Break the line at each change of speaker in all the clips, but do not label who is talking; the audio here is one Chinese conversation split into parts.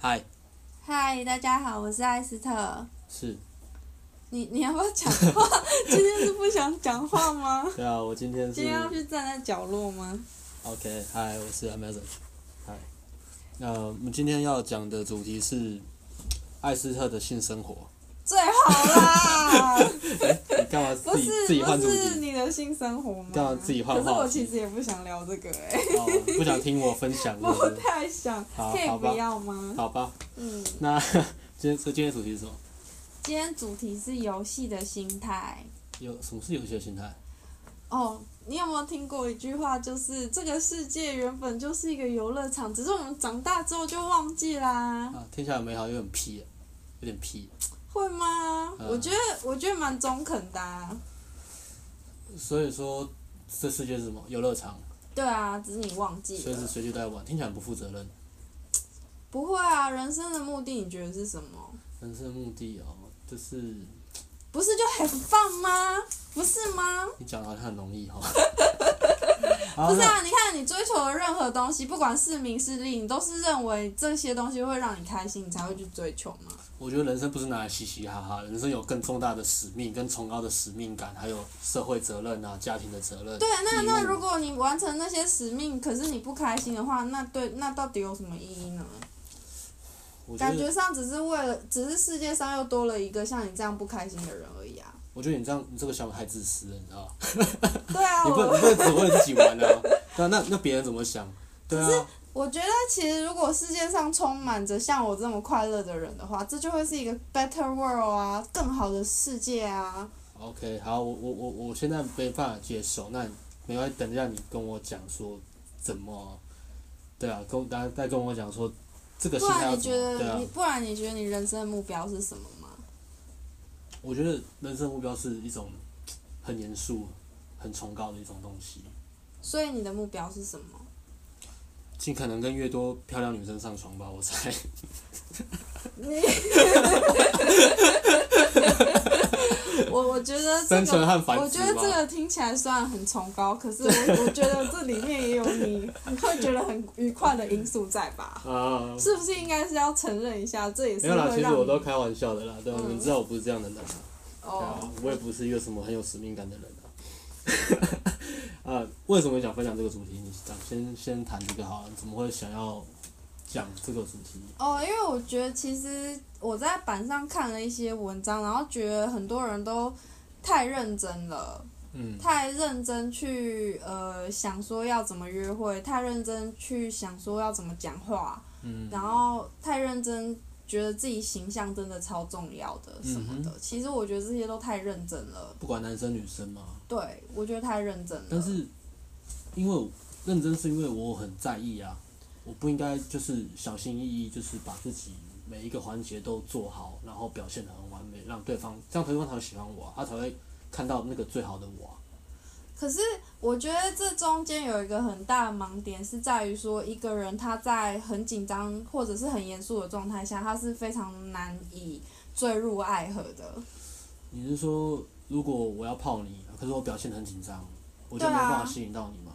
嗨，
嗨，大家好，我是艾斯特。
是，
你你要不要讲话？ 今天是不想讲话吗？
对啊，我今天是
今天要去站在角落吗？
OK，嗨，我是 Amazon，嗨，那我们今天要讲的主题是艾斯特的性生活，
最好 啦，
你干嘛自
不
己
是
自己换主
不是
题？
你的性生活吗？
干嘛自己换话
可
题
是我其实也不想聊这个哎、
哦，不想听我分享，是不
我
是？
太想，
好
可以
好吧
不要吗？
好吧，
嗯，
那 今天今天的主题是什么？
今天主题是游戏的心态。
有什么是游戏的心态？
哦，你有没有听过一句话，就是这个世界原本就是一个游乐场，只是我们长大之后就忘记啦。
啊，听起来很美好，又很屁耶，有点屁耶。啊
会吗？
嗯
我觉得我觉得蛮中肯的、啊。
所以说，这世界是什么？游乐场，
对啊，只是你忘记
随时
了。
随地都在玩，听起来很不负责任。
不会啊，人生的目的你觉得是什么？
人生的目的哦，就是
不是就很放吗？不是吗？
你讲的好像很容易 哈、好
不是啊，你看你追求的任何东西，不管是名是利，你都是认为这些东西会让你开心，你才会去追求嘛。
我觉得人生不是拿来嘻嘻哈哈，人生有更重大的使命、跟崇高的使命感，还有社会责任啊、家庭的责任。
对啊，那那
义务
如果你完成那些使命，可是你不开心的话，那对那到底有什么意义呢？
我觉
感
得，
觉上只是为了，只是世界上又多了一个像你这样不开心的人而已啊。
我觉得你这样，你这个想法太自私了，你知道吗？
对啊，
你不
我
能，你不能只为了自己玩 啊。对啊，那那别人怎么想？对啊，
我觉得其实如果世界上充满着像我这么快乐的人的话，这就会是一个 better world 啊，更好的世界啊。
OK，好，我我我我现在没办法接受，那你没关系，等一下你跟我讲说怎么，对啊，跟大家再跟我讲说这个
不
心态
然
要
你
怎
觉
么，对
得
啊
你，，不然你觉得你人生的目标是什么吗？
我觉得人生目标是一种很严肃、很崇高的一种东西，
所以你的目标是什么？
尽可能跟越多漂亮女生上床吧，我猜。
你我我觉得这
生存
个，
和繁殖吧
我觉得这个听起来虽然很崇高，可 是我我觉得这里面也有你会觉得很愉快的因素在吧？
啊，
是不是应该是要承认一下，这也是
没有
会
啦，
让
其实我
你
都开玩笑的啦，对啊，
嗯
你们知道我不是这样的人啊，对
哦
啊，我也不是一个什么很有使命感的人啊。 啊，为什么想分享这个主题？你讲先先谈这个好了，你怎么会想要讲这个主题？
哦，因为我觉得其实我在板上看了一些文章，然后觉得很多人都太认真了，
嗯，
太认真去呃想说要怎么约会，太认真去想说要怎么讲话，
嗯
然后太认真觉得自己形象真的超重要的什么的。
嗯
其实我觉得这些都太认真了，
不管男生女生嘛，
对我觉得太认真了。
但是因为我认真是因为我很在意啊，我不应该就是小心翼翼，就是把自己每一个环节都做好，然后表现得很完美，让对方这样对方才会喜欢我啊、他才会看到那个最好的我啊、
可是我觉得这中间有一个很大的盲点，是在于说一个人他在很紧张或者是很严肃的状态下，他是非常难以坠入爱河的。
你是说如果我要泡你，可是我表现得很紧张，我就
对
没
啊
办法吸引到你嘛？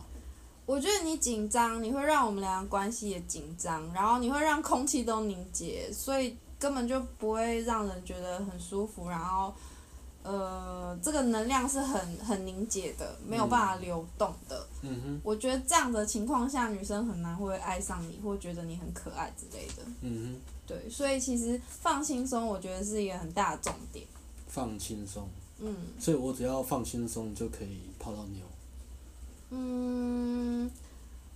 我觉得你紧张，你会让我们俩的关系也紧张，然后你会让空气都凝结，所以根本就不会让人觉得很舒服。然后，呃，这个能量是很很凝结的，没有办法流动的。
嗯哼，
我觉得这样的情况下，女生很难会爱上你，或觉得你很可爱之类的。
嗯
对，所以其实放轻松，我觉得是一个很大的重点。
哼，放轻松，
嗯
所以我只要放轻松就可以泡到妞。
嗯，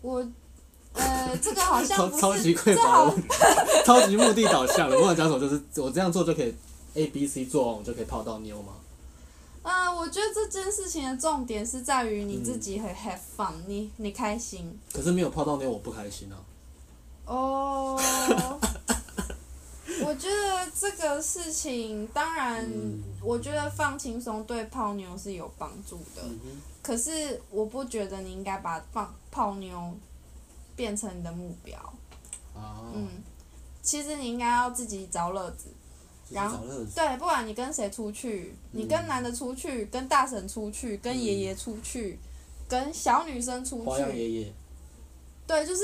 我呃，这个好像
超
不
超
是嗯
级匮
这
乏
好
的，超级目的导向的。我想讲什么，就是我这样做就可以 A B C 做完，我就可以泡到妞嘛。
呃，我觉得这件事情的重点是在于你自己很 have fun，、你你开心
可是没有泡到妞，我不开心啊。
哦。我觉得这个事情，当然，
嗯
我觉得放轻松对泡妞是有帮助的。
嗯
可是我不觉得你应该把放泡妞变成你的目标。
啊，
嗯，其实你应该要自己找乐子。
自己
然后
找乐子。
对，不管你跟谁出去，你跟男的出去，跟大婶出去，跟爷爷出去，跟小女生出
花样
去，
爷爷，
对，就是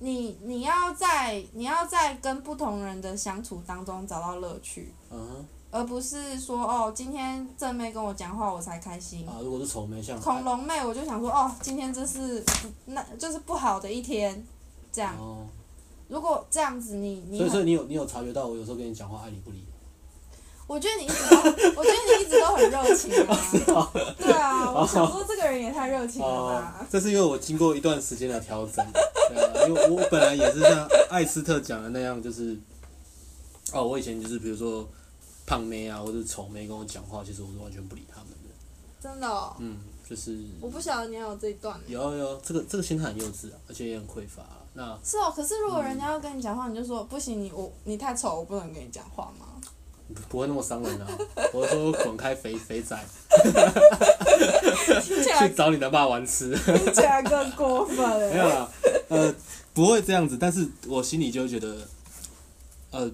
你你要在你要在跟不同人的相处当中找到乐趣，
嗯
而不是说哦，今天正妹跟我讲话我才开心
哼，。啊，如果是丑妹像
恐龙妹，我就想说，哦，今天这是那就是不好的一天，这样。
哦，
如果这样子你，你
所以
很
所以你有你有察觉到我有时候跟你讲话爱理不理，
我觉得你一直都，我觉得你一直都很热情啊。对 啊，我
哦
想说这个人也太热情了吧。
这是因为我经过一段时间的调整， 对啊，因为我本来也是像艾斯特讲的那样，就是哦，我以前就是比如说胖妹啊或者丑妹跟我讲话，其实我是完全不理他们的，
真的、哦，
嗯，就是
我不晓得你还有这一段。
有有这个这个心态很幼稚啊，而且也很匮乏啊、那
是哦，可是如果人
嗯
家要跟你讲话，你就说不行，你我你太丑，我不能跟你讲话 吗？
不不会那么伤人啊！ 我说滚开肥肥仔，
听起来
去找你的爸玩 吃。
听起来更过 分
没
了。
有啦，呃，不会这样子，但是我心里就会觉得，呃，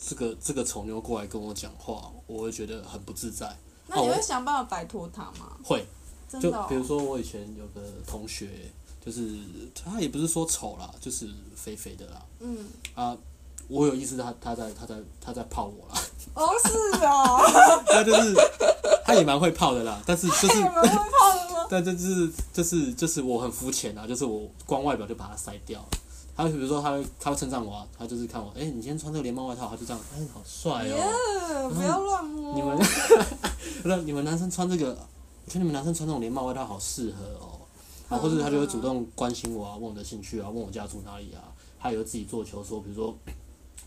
这个这个丑妞过来跟我讲话，我会觉得很不自在。
那你会想办法摆脱他吗？
会，
真
哦就
的、哦
比。如说我以前有个同学，就是他也不是说丑啦，就是肥肥的啦，
嗯，
啊，我有意识到他他在他在他在泡我啦，
哦 是哦，
他就是他也蛮会泡的啦，但是就
你
是
们会碰吗？
但这就是就是就是我很肤浅啊，就是我光外表就把它筛掉了。他比如说他会他会称赞我啊，他就是看我，哎、你今天穿这个连帽外套，他就这样，哎、你好帅
耶、
哦、
不要乱摸。
你们， 那你们男生穿这个，我觉得你们男生穿这种连帽外套好适合哦、啊，或者他就会主动关心我啊，问我的兴趣啊，问我家住哪里啊，还有自己做球说，比如说，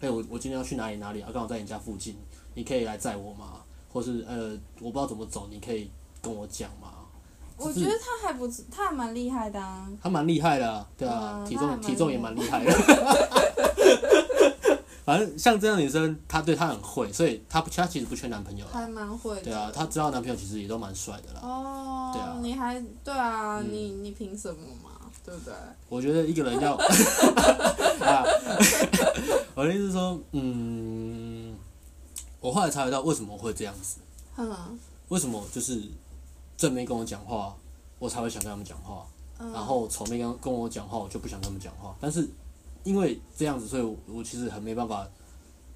哎、我我今天要去哪里哪里啊，刚好在你家附近，你可以来载我吗？或是呃，我不知道怎么走，你可以跟我讲吗？
我觉得他还不止，他还蛮厉害的、啊。
他蛮厉害的啊、对啊，
嗯
体
那还
重
蛮
体重也蛮厉害的。 反正像这样的女生，她对她很会，所以她不她其实不缺男朋友啦。
还蛮会的。
对啊，她知道男朋友其实也都蛮帅的啦。
哦，
对啊嗯
你还对啊，你你凭什么嘛？对不对？
我觉得一个人 要啊， 我的意思是说，嗯，我后来察觉到为什么会这样子，
哼，
为什么就是正妹跟我讲话，我才会想跟他们讲话。
嗯、
然后丑妹跟跟我讲话，我就不想跟他们讲话。但是因为这样子，所以我我其实很没办法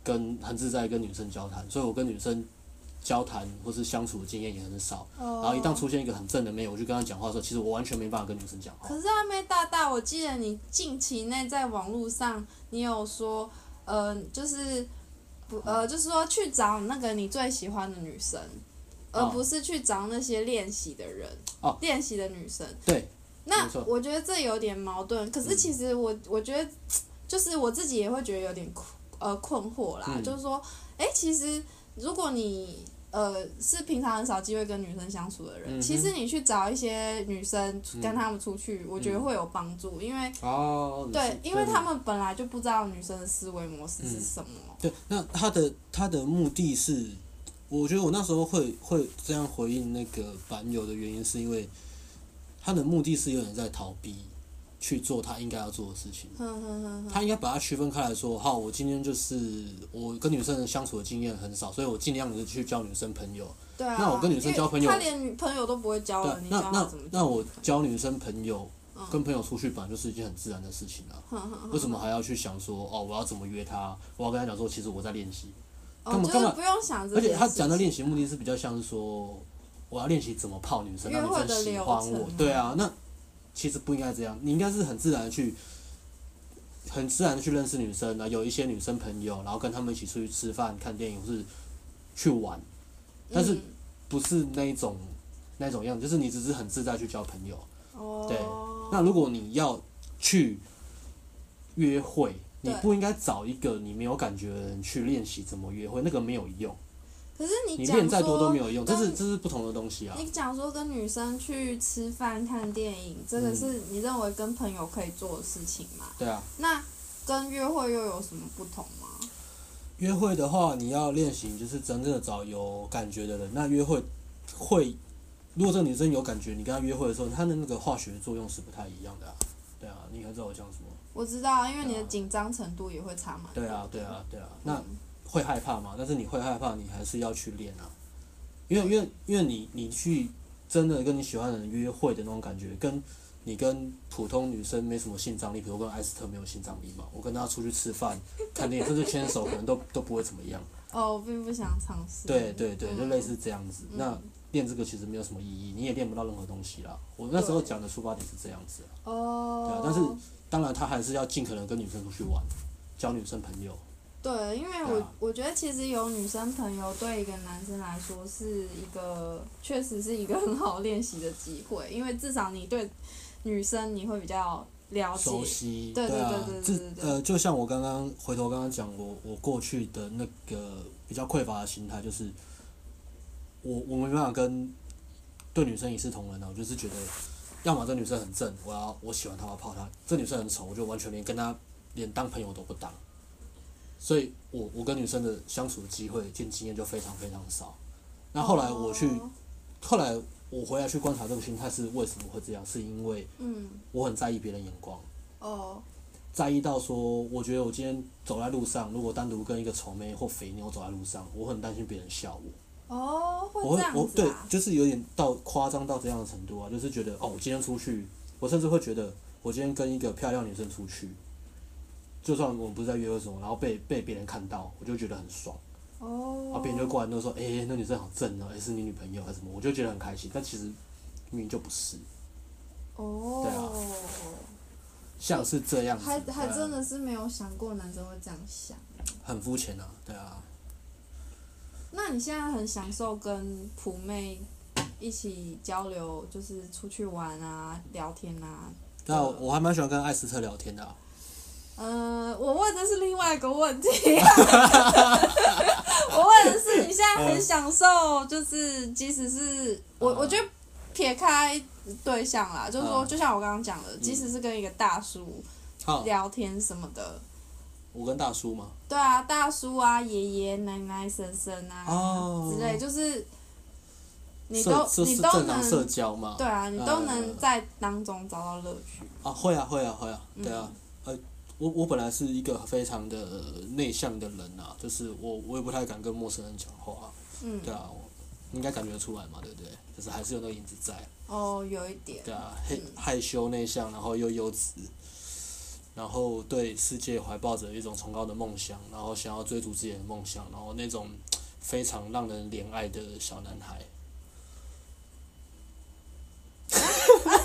跟很自在地跟女生交谈，所以我跟女生交谈或是相处的经验也很少。
哦
然后一旦出现一个很正的妹，我去跟她讲话的时候，其实我完全没办法跟女生讲话
可。是阿妹大大，我记得你近期内在网络上，你有说，呃，就是不呃，就是说去找那个你最喜欢的女生，而
哦
不是去找那些练习的人
哦，
练习的女生。
对，
那
没错嗯
我觉得这有点矛盾，可是其实我、我觉得，就是我自己也会觉得有点困呃困惑啦，
嗯
就是说，哎、其实如果你呃是平常很少机会跟女生相处的人，
嗯哼
其实你去找一些女生跟她们出
嗯
去，我觉得会有帮助，因为
哦，
对，因为他们本来就不知道女生的思维模式是什么。
对，那他的他的目的是，我觉得我那时候会会这样回应那个版友的原因，是因为他的目的是有点在逃避去做他应该要做的事情。
哼哼嗯哼哼，
他应该把它区分开来说，好，我今天就是我跟女生的相处的经验很少，所以我尽量的去交女生朋友。
对啊。
那我跟女生交朋友
因为他连女朋友都不会交
对
了，，哦你
那
教他
那
怎么交？
那我交女生朋友
嗯，
跟朋友出去本来就是一件很自然的事情啊，
哼哼哼
为什么还要去想说哦，我要怎么约她？我要跟她讲说，其实我在练习，
哦，
干嘛
就
干
是
嘛
不用想这
而
件事
且
情。
他讲的练习目的是比较像是说，我要练习怎么泡女生，
约
让
会
女
的
生喜
流
欢
程
我
吗。
对啊，那其实不应该这样，你应该是很自然的去，很自然的去认识女生，然后有一些女生朋友，然后跟她们一起出去吃饭、看电影，或是去玩，但是
嗯
不是那一种那种样子，就是你只是很自在去交朋友。
哦，
对那如果你要去约会，你
对
不应该找一个你没有感觉的人去练习怎么约会，那个没有用，
可是你
你
讲
练再多都没
说，
有用，这是
跟
这是不同的东西啊。
你讲说跟女生去吃饭、看电影，这个
嗯
是你认为跟朋友可以做的事情嘛？
对啊，
那跟约会又有什么不同吗？
约会的话，你要练习就是真正的找有感觉的人。那约会会，如果这个女生有感觉，你跟她约会的时候，她的那个化学作用是不太一样的啊。对啊，你还知道我讲什么？
我知道啊，因为你的
对啊
紧张程度也会差蛮多。
对啊，对啊，对啊。
嗯，
那会害怕吗？但是你会害怕，你还是要去练啊。因为因为因为你你去真的跟你喜欢的人约会的那种感觉，跟你跟普通女生没什么性张力，比如跟艾斯特没有性张力嘛，我跟她出去吃 饭、看电影，甚至牵手，可能都都不会怎么样。
哦，我并不想尝试。
对对对，就
嗯
类似这样子。那练这个其实没有什么意义，你也练不到任何东西啦。我那时候讲的出发点是这样子啊，对啊
哦。。
但是当然他还是要尽可能跟女生出去玩，交女生朋友。
对，因为我、
对啊
我觉得其实有女生朋友对一个男生来说是一个，确实是一个很好练习的机会，因为至少你对女生你会比较了解
熟。悉，
对对
啊
对对，
这
对对
呃，就像我刚刚回头刚刚讲，我我过去的那个比较匮乏的心态，就是我我没办法跟对女生一视同仁啊的，我就是觉得，要么这女生很正，我要我喜欢她，我要泡她；这女生很丑，我就完全连跟她连当朋友都不当。所以我我跟女生的相处机会跟经验就非常非常少。那后来我去，
哦
后来我回来去观察这个心态是为什么会这样，是因为
嗯，
我很在意别人眼光。
哦，
在意到说，我觉得我今天走在路上，如果单独跟一个丑妹或肥妞走在路上，我很担心别人笑我。
哦，
我
会
会
这样
我
子
对
啊，？
就是有点到夸张到这样的程度啊，就是觉得哦，我今天出去，我甚至会觉得我今天跟一个漂亮女生出去，就算我们不是在约会什么，然后被被别人看到，我就觉得很爽。
哦
然，后别人就过来都说，哎、那女生好正哦、哎、是你女朋友还是什么？我就觉得很开心，但其实明明就不是，
哦，
对啊像是这样子，
还还
对啊
真的是没有想过男生会这样想。
很肤浅啊，对啊。
那你现在很享受跟普妹一起交流，就是出去玩啊、聊天啊。
那我还蛮喜欢跟艾斯特聊天的、啊。
呃，我问的是另外一个问题， 我问的是你现在很享受，就是即使是我，
嗯
我觉得撇开对象啦，就是说，
嗯
就像我刚刚讲的，即使是跟一个大叔
好，
聊天什么的，
我跟大叔嘛，
对啊，大叔啊、爷爷奶奶、婶婶啊、
哦
之类，就是你
社
都
这
你
是
都
正常社
能
交嘛？
对啊，你都能
嗯
在当中找到乐趣。
啊，会啊，会啊，会啊，
嗯
对啊，呃，我我本来是一个非常的呃内向的人啊，就是我我也不太敢跟陌生人讲话、啊，
嗯，
对啊，我应该感觉得出来嘛，对不对？就是还是有那个影子在，
哦，有一点，
对啊，害害羞内向，然后又幼稚，然后对世界怀抱着一种崇高的梦想，然后想要追逐自己的梦想，然后那种非常让人怜爱的小男孩。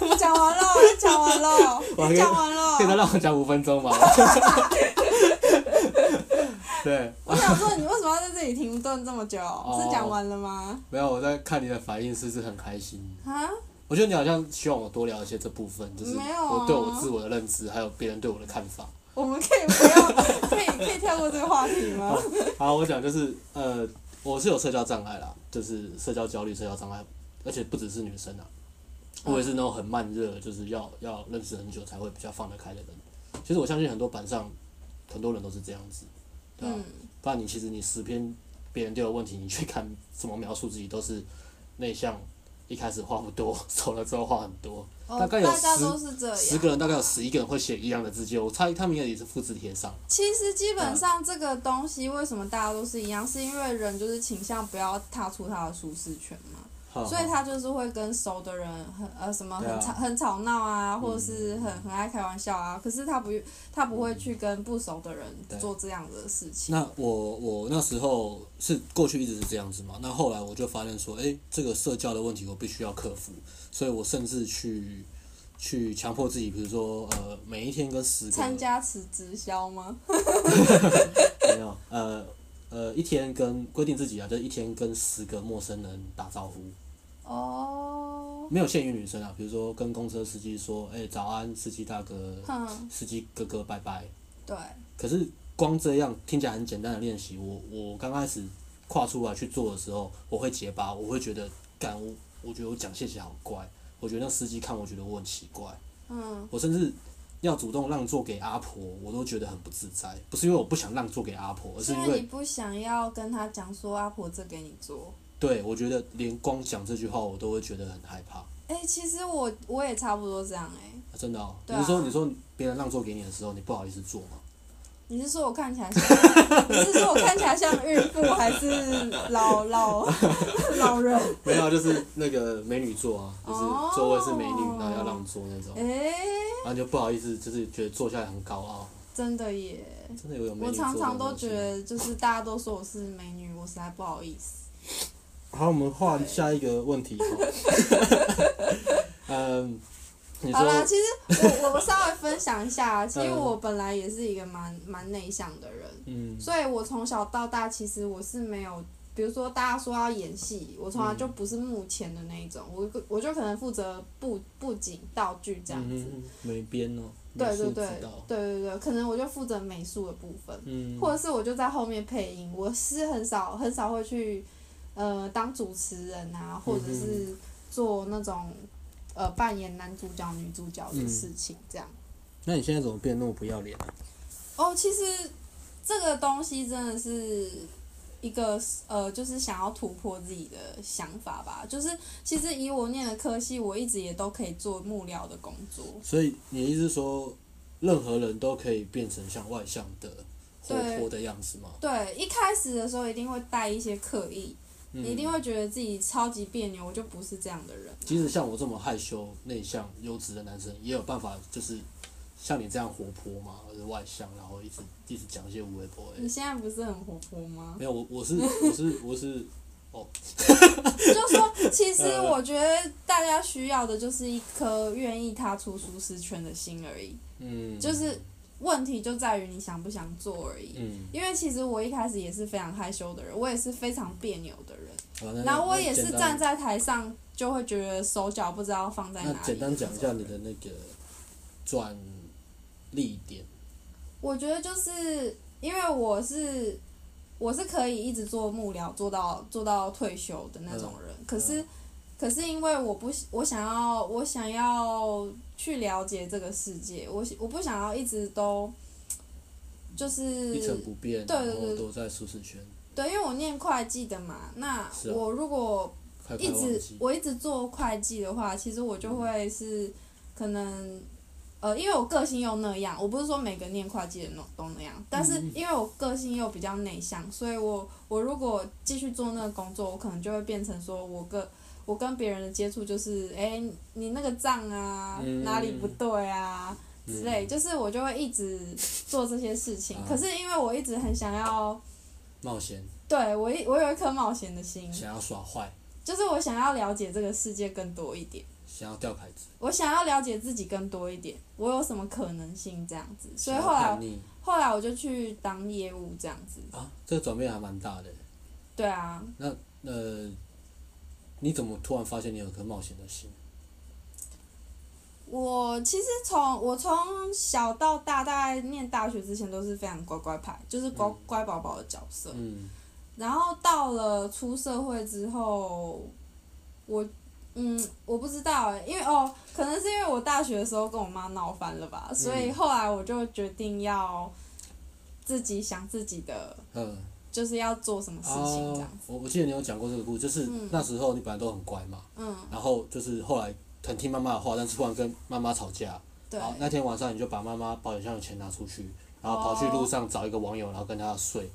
我讲完了，我讲完了，
啊 我还
我
可以
讲完了
可以。再让我讲五分钟吗？ 对，
我想说，你为什么要在这里停顿这么久？
哦
是讲完了吗？
没有，我在看你的反应，是不是很开心？
啊？
我觉得你好像希望我多聊一些这部分，就是
没有啊
我对我自我的认知，还有别人对我的看法。
我们可以不要，可以可以跳过这个话题吗？
好，我讲就是呃，我是有社交障碍啦，就是社交焦虑、社交障碍，而且不只是女生啊，我也是那种很慢热，就是要要认识很久才会比较放得开的人。其实我相信很多板上很多人都是这样子，对吧、
嗯，
不然你其实你十篇别人丢的问题，你去看怎么描述自己，都是内向，一开始话不多， 熟了之后话很多。
哦，
大概有
大家
十
都是这样。
十个人大概有十一个人会写一样的字句，我猜他们应该也是复制贴上。
其实基
嗯
本上这个东西为什么大家都是一样，是因为人就是倾向不要踏出他的舒适圈嘛，所以他就是会跟熟的人很呃什么
嗯对啊嗯
很吵很吵闹啊，或者是很很爱开玩笑啊，可是他不他不会去跟不熟的人
对
做这样的事情。
那我我那时候是过去一直是这样子嘛，那后来我就发现说，诶，这个社交的问题我必须要克服，所以我甚至去去强迫自己，比如说呃，每一天跟十个
参加此直销吗？
没有呃呃一天跟规定自己啊，就是一天跟十个陌生人打招呼，嗯
哦，
没有限于女生啊，比如说跟公车司机说，哎、早安，司机大哥，
哼，
司机哥哥，拜拜。
对，
可是光这样听起来很简单的练习，我我刚开始跨出来去做的时候，我会结巴，我会觉得，干我，我觉得我讲谢谢好怪，我觉得那司机看我觉得我很奇怪，
嗯，
我甚至要主动让座给阿婆，我都觉得很不自在，不是因为我不想让座给阿婆，而是
是
因
因为
为
你不想要跟他讲说阿婆这给你做。
对我觉得连光讲这句话我都会觉得很害怕。
哎、其实我我也差不多这样哎、
啊真的哦，
对啊
你是说你说别人让座给你的时候，你不好意思做吗？
你是说我看起 来像？你是说我看起来像孕妇还是老老 老人？
没有，啊就是那个美女座啊，就是
哦
座位是美女，然后要让座那种，
哎、
然后就不好意思，就是觉得坐下来很高傲，
真的耶！
真的有有美
我
女座
常
这种
常都
东西
觉得，就是大家都说我是美女，我实在不好意思。
好，我们换下一个问题。 嗯，你
好啦，
说
其实我我我稍微分享一 下，啊其实
嗯
我本来也是一个蛮蛮内向的人，
嗯
所以我从小到大其实我是没有，比如说大家说要演戏，
嗯
我从来就不是幕前的那一种，我我就可能负责布布景道具这样子。
嗯哼美编哦，
对
美术
对对
指导
对对对，可能我就负责美术的部分，
嗯，
或者是我就在后面配音。我是很少很少会去呃当主持人啊，或者是做那种呃扮演男主角、女主角的事情这样。
那你现在怎么变那么不要脸啊？
哦，其实这个东西真的是一个呃，就是想要突破自己的想法吧。就是其实以我念的科系，我一直也都可以做幕僚的工作。
所以你的意思是说，任何人都可以变成像外向的、活
对
泼的样子吗？
对，一开始的时候一定会带一些刻意，
嗯
你一定会觉得自己超级别扭，我就不是这样的人。
即使像我这么害羞、内向、优质的男生，也有办法就是像你这样活泼嘛，或者外向，然后一直一直讲一些无微博。
你现在不是很活泼 吗？
没有，我我是我是我是
就说，其实
呃
我觉得大家需要的就是一颗愿意踏出舒适圈的心而已，
嗯，
就是问题就在于你想不想做而已。
嗯，
因为其实我一开始也是非常害羞的人，我也是非常别扭的人，
好那
然后我
那
也是
简单
站在台上就会觉得手脚不知道放在哪
那
里。
简单讲一下你的那个转力点，
我觉得就是因为我是我是可以一直做幕僚做到做到退休的那种人，
嗯
可是、可是因为我不喜我想要我想要去了解这个世界，我喜我不想要一直都就是
一成不变，
嗯对对
然后
对
都在舒适圈，
对，因为我念会计的嘛，那
是啊
我如果
快快
一
忘
直
记。
我一直做会计的话，其实我就会是可能呃，因为我个性又那样，我不是说每个念会计的人都都那样，但是
嗯
因为我个性又比较内向，所以我我如果继续做那个工作，我可能就会变成说我跟我跟别人的接触就是，哎、你那个账啊，
嗯
哪里不对啊
嗯
之类，就是我就会一直做这些事情。
啊
可是因为我一直很想要，
冒险，
对我一我有一颗冒险的心，
想要耍坏，
就是我想要了解这个世界更多一点，
想要吊牌子，
我想要了解自己更多一点，我有什么可能性这样子，所
想
以
要
后来
叛逆
后来我就去当业务这样子，
啊，这个转变还蛮大的。
对啊，
那呃，你怎么突然发现你有颗冒险的心？
我其实从我从小到大，大概念大学之前都是非常乖乖牌，就是乖、
嗯
乖宝宝的角色，
嗯，
然后到了出社会之后，我嗯，我不知道哎，因为哦，可能是因为我大学的时候跟我妈闹翻了吧，所
嗯
以后来我就决定要自己想自己的，
呃，
就是要做什么事情
哦
这样。，
我我记得你有讲过这个故事，就是
嗯
那时候你本来都很乖嘛，
嗯，
然后就是后来很听妈妈的话，但是突然跟妈妈吵架，
对
好，那天晚上你就把妈妈保险箱的钱拿出去，然后跑
哦
去路上找一个网友，然后跟他睡，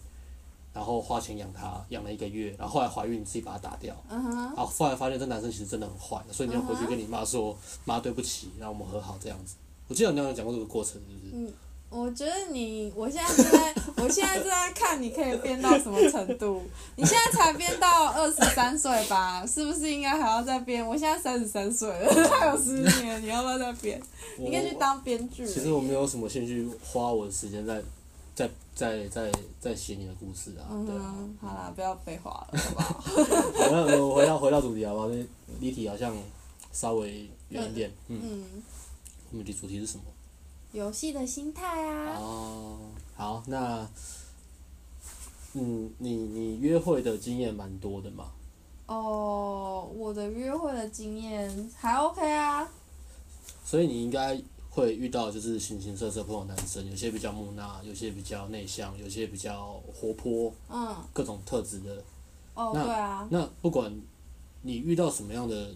然后花钱养他，养了一个月，然后后来怀孕，你自己把他打掉。
嗯哼，
啊，后来发现这男生其实真的很坏，所以你就回
嗯
去
哼
跟你妈说，妈对不起，然后我们和好这样子。我记得你好像有讲过这个过程，是不是？
我觉得你，我现在正在，我现在正在看你可以变到什么程度。你现在才变到二十三岁吧？是不是应该还要再变？我现在三十三岁了， 还有十年，你要不要再变？你
我
应该去当编剧。
其实我没有什么兴趣花我的时间在在在在在写你的故事啊，对啊。
嗯，好啦，不要废话了，好不好？
好，那我们回到回到主题好不好？那离题好像稍微远一点，嗯。
嗯，
我们的主题是什么？
游戏的心态啊，
哦，好，那，嗯，你你约会的经验蛮多的嘛？
哦，我的约会的经验还 OK 啊，
所以你应该会遇到就是形形色色不同的男生，有些比较木讷，有些比较内向，有些比较活泼，
嗯，
各种特质的。
哦，
那
对啊，
那不管你遇到什么样的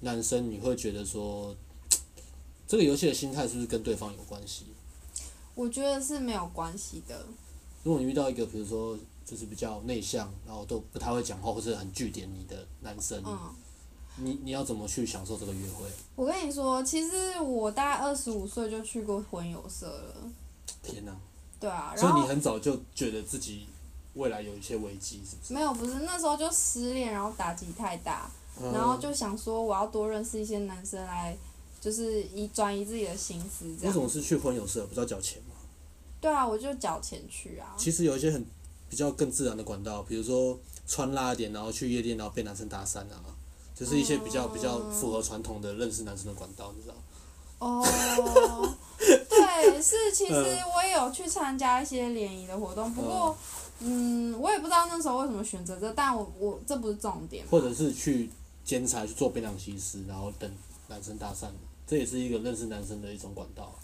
男生，你会觉得说，这个游戏的心态是不是跟对方有关系？
我觉得是没有关系的。
如果你遇到一个，比如说就是比较内向，然后都不太会讲话，或是很据点你的男生，
嗯，
你你要怎么去享受这个约会？
我跟你说，其实我大概二十五岁就去过混友社了，
天哪、
对啊，
所
然
以
后
你很早就觉得自己未来有一些危机，是不是？
没有，不是那时候就失恋，然后打击太大，
嗯
然后就想说我要多认识一些男生来，就是以转移自己的心思
嗯
这
为什
样。
么是去婚友社，不是要缴钱吗？
对啊，我就缴钱去啊。
其实有一些很比较更自然的管道，比如说穿辣一点，然后去夜店，然后被男生搭讪啊，就是一些比较、比较符合传统的认识男生的管道，你知道？
哦， 对，是其实
嗯
我也有去参加一些联谊的活动，不过，嗯，我也不知道那时候为什么选择这，但我我这不是重点嘛。
或者是去兼差去做槟榔西施，然后等男生搭讪，这也是一个认识男生的一种管道啊。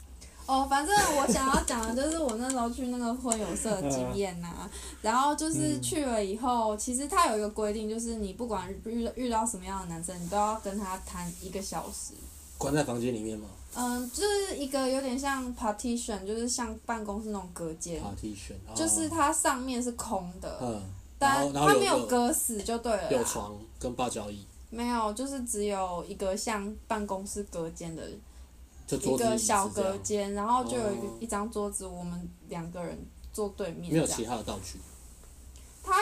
哦，反正我想要讲的就是我那时候去那个婚友社的经验呐、
嗯
然后就是去了以后，其实它有一个规定，就是你不管遇遇到什么样的男生，你都要跟他谈一个小时。
关在房间里面嘛
嗯，就是一个有点像 partition，就是像办公室那种隔间，
，party 选，然后
就是它上面是空的，
哦嗯，然
但
后然后
它
有
啊没有
有
隔死就对了啦。
有床跟八角椅，
没有，就是只有一个像办公室隔间的
就
一
桌子椅
个
子
小
这样
隔，间，然后就有一个、
哦
一张桌子，我们两个人坐对面
没有
这
其
样。
他的道具。
它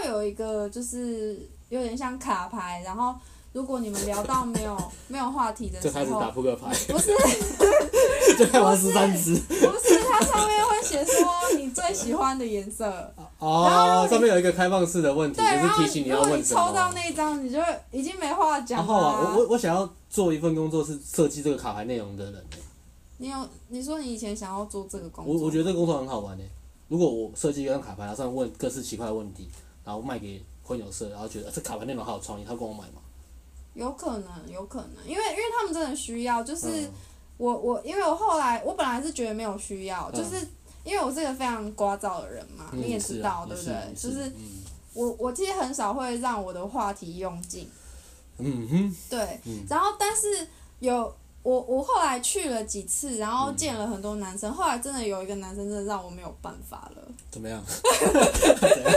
会有一个就是有点像卡牌，然后如果你们聊到没 有没有话题的
就
时
开始打
候，
扑克牌，
不是
就开玩十三只。
不是，它上面会写说你最喜欢的颜色。 然后
哦，
你
上面有一个开放式的问题，
对，
就
然
是
后
提醒
如
要
果
问
你
什
抽到
么。
那一张，你就已经没话
然
讲了
后
啊、
啊，我我我想要做一份工作是设计这个卡牌内容的人欸、
你有你说你以前想要做这个工作，
我我觉得这个工作很好玩诶、欸如果我设计一张卡牌，然后上面问各式奇怪的问题，然后卖给婚友社，然后觉得、啊这卡牌内容好有创意，他跟我买嘛。
有可能，有可能，因为因为他们真的需要，就是
嗯，
我、我因为我后来我本来是觉得没有需要，
嗯
就是因为我是一个非常聒噪的人嘛，
嗯
你也
是
知道
啊，
对
也
不
是
对？
也
就是
嗯
我我其实很少会让我的话题用尽，
嗯哼，
对，
嗯
然后但是有。我我后来去了几次，然后见了很多男生，后来真的有一个男生真的让我没有办法了，
怎 么样？ 怎样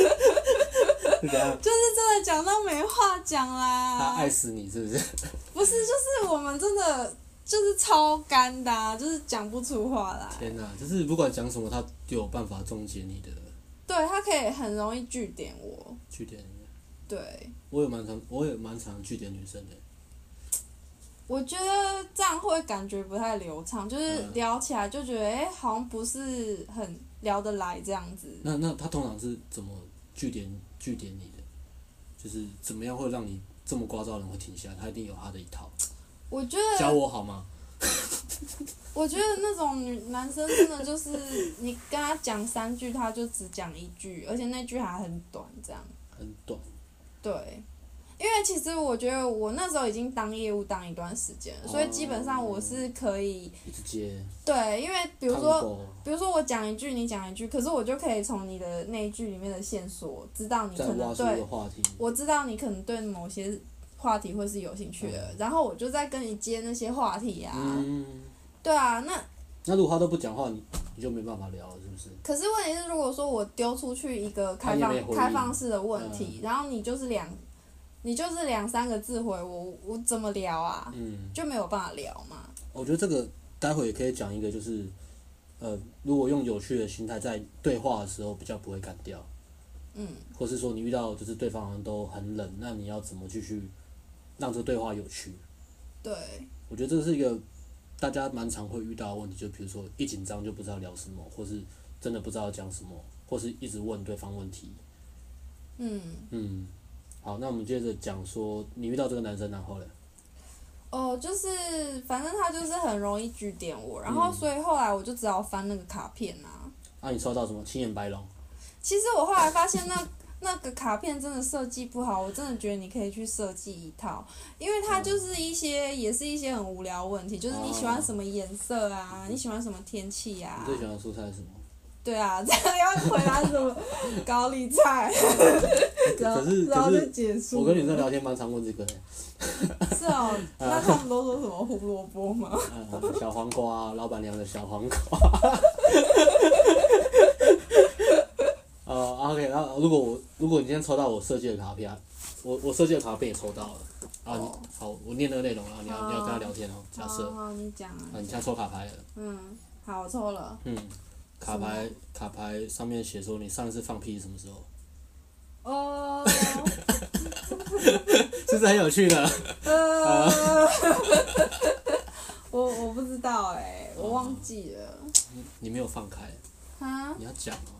是怎样？
就是真的讲到没话讲啦。
他哎爱死你是不 是？
不是，就是我们真的就是超干的、啊，就是讲不出话来。
天哪、就是不管讲什么，他就有办法终结你的
对他可以很容易据点我，
据点。
对
我有蛮常，我也蛮常据点女生的。
我觉得这样会感觉不太流畅，就是
嗯
聊起来就觉得哎、诶好像不是很聊得来这样子。
那那他通常是怎么据点据点你的？就是怎么样会让你这么聒噪的人会停下来？他一定有他的一套。
我觉
教
得，
我好吗？
我觉得那种女男生真的就是你跟他讲三句，他就只讲一句，而且那句还很短，这样
很短，
对。因为其实我觉得我那时候已经当业务当一段时间了，所以基本上我是可以
一直接。
对，因为比如说
combo
比如说我讲一句，你讲一句，可是我就可以从你的那一句里面的线索知道你
再
可
挖
能
出一
对
个，话题。
我知道你可能对某些话题会是有兴趣的，然后我就再跟你接那些话题啊。
嗯，
对啊，那
那如果他都不讲话，你你就没办法聊了，是不是？
可是问题是，如果说我丢出去一个开
他也没
放
回应
开放式的问
嗯
题，然后你就是两你就是两三个字回我，我我怎么聊啊？
嗯，
就没有办法聊嘛。
我觉得这个待会也可以讲一个，就是呃，如果用有趣的心态在对话的时候，比较不会干掉。
嗯，
或是说你遇到就是对方好像都很冷，那你要怎么继续让这个对话有趣？
对，
我觉得这是一个大家蛮常会遇到的问题，就比如说一紧张就不知道聊什么，或是真的不知道讲什么，或是一直问对方问题。
嗯。
嗯，好，那我们接着讲说你遇到这个男生，然后嘞，
哦，就是反正他就是很容易据点我，然
嗯
后所以后来我就只好翻那个卡片啊。
啊，你收到什么青眼白龙？
其实我后来发现那那个卡片真的设计不好，我真的觉得你可以去设计一套，因为
嗯
它就是一些、也是一些很无聊的问题，就是你喜
哦
欢什么颜色啊，你喜欢什么天气啊
你，最喜欢的蔬菜是什么？
对啊， 这样要回答什 么高丽菜，然后
可是
然后
可
就是结束。
我跟女生聊天蛮常问这个的，
是是哦， 那他们都说什么胡萝卜吗？
嗯，小黄瓜，老板娘的小黄瓜。 哦，OK，然后如果我如果你今天抽到我设计的卡片啊，我我设计的卡片也抽到了啊。你
哦
好，我念那个内容啊，你要你要跟他聊天哦。 假设
好好，你讲啊
啊，，你现在抽卡牌了，
嗯，好，我抽了，
嗯，卡
什么
牌卡牌上面写说你上一次放屁是什么时候？
哦，
是不是很有趣呢？
呃，我我不知道哎，我忘记了，
你没有放开，
啊，
你要讲哦。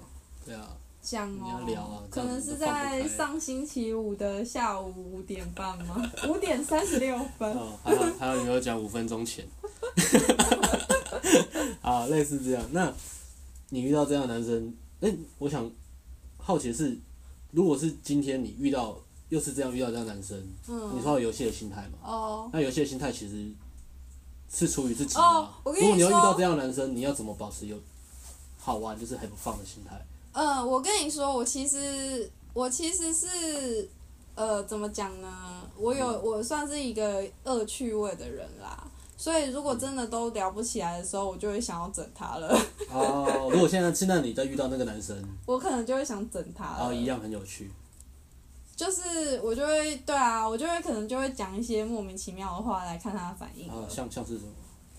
对啊，
讲
你
哦
要，聊啊
可能是
这样子就放不
在
开
上星期五的下午五点半吗？ 五点三十六分。
哦，还有还有，你有讲五分钟前。 啊，类似这样。那你遇到这样的男生，哎、我想好奇的是，如果是今天你遇到又是这样遇到这样的男生，
嗯
你说有游戏的心态嘛？
哦，
那游戏的心态其实是出于自己
哦
嘛
我跟
如果你
你
要遇
说
到这样的男生，你要怎么保持有好玩就是很放的心态？
嗯，我跟你说，我其实我其实是呃，怎么讲呢？我有
嗯
我算是一个恶趣味的人啦，所以如果真的都聊不起来的时候，我就会想要整他了，
哦，如果现在现在你在遇到那个男生，
我可能就会想整他
然后
了。
一样很有趣，
就是我就会对啊，我就会可能就会讲一些莫名其妙的话来看他的反应
然
了，
后像像是什么？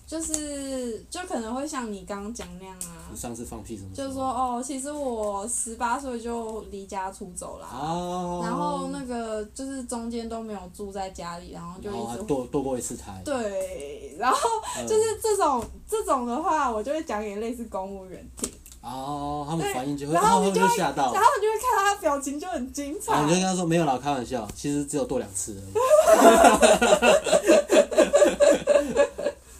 就是就可能会像你刚刚讲那样啊
你，上次放屁什么时
就
候？
是说哦，其实我十八岁就离家出走啦，
哦，
然后那个就是中间都没有住在家里，然后就
然后
一
哦还
直、
堕堕过一次胎，
对，然后
嗯
就是这种、这种的话，我就会讲给类似公务员听，
哦，他们反应就会，
对然后
哦
你
他
就
们
会
吓到，
然后你就会看他的表情就很精彩，
然后哦你就跟他说没有啦，开玩笑，其实只有堕两次 而已。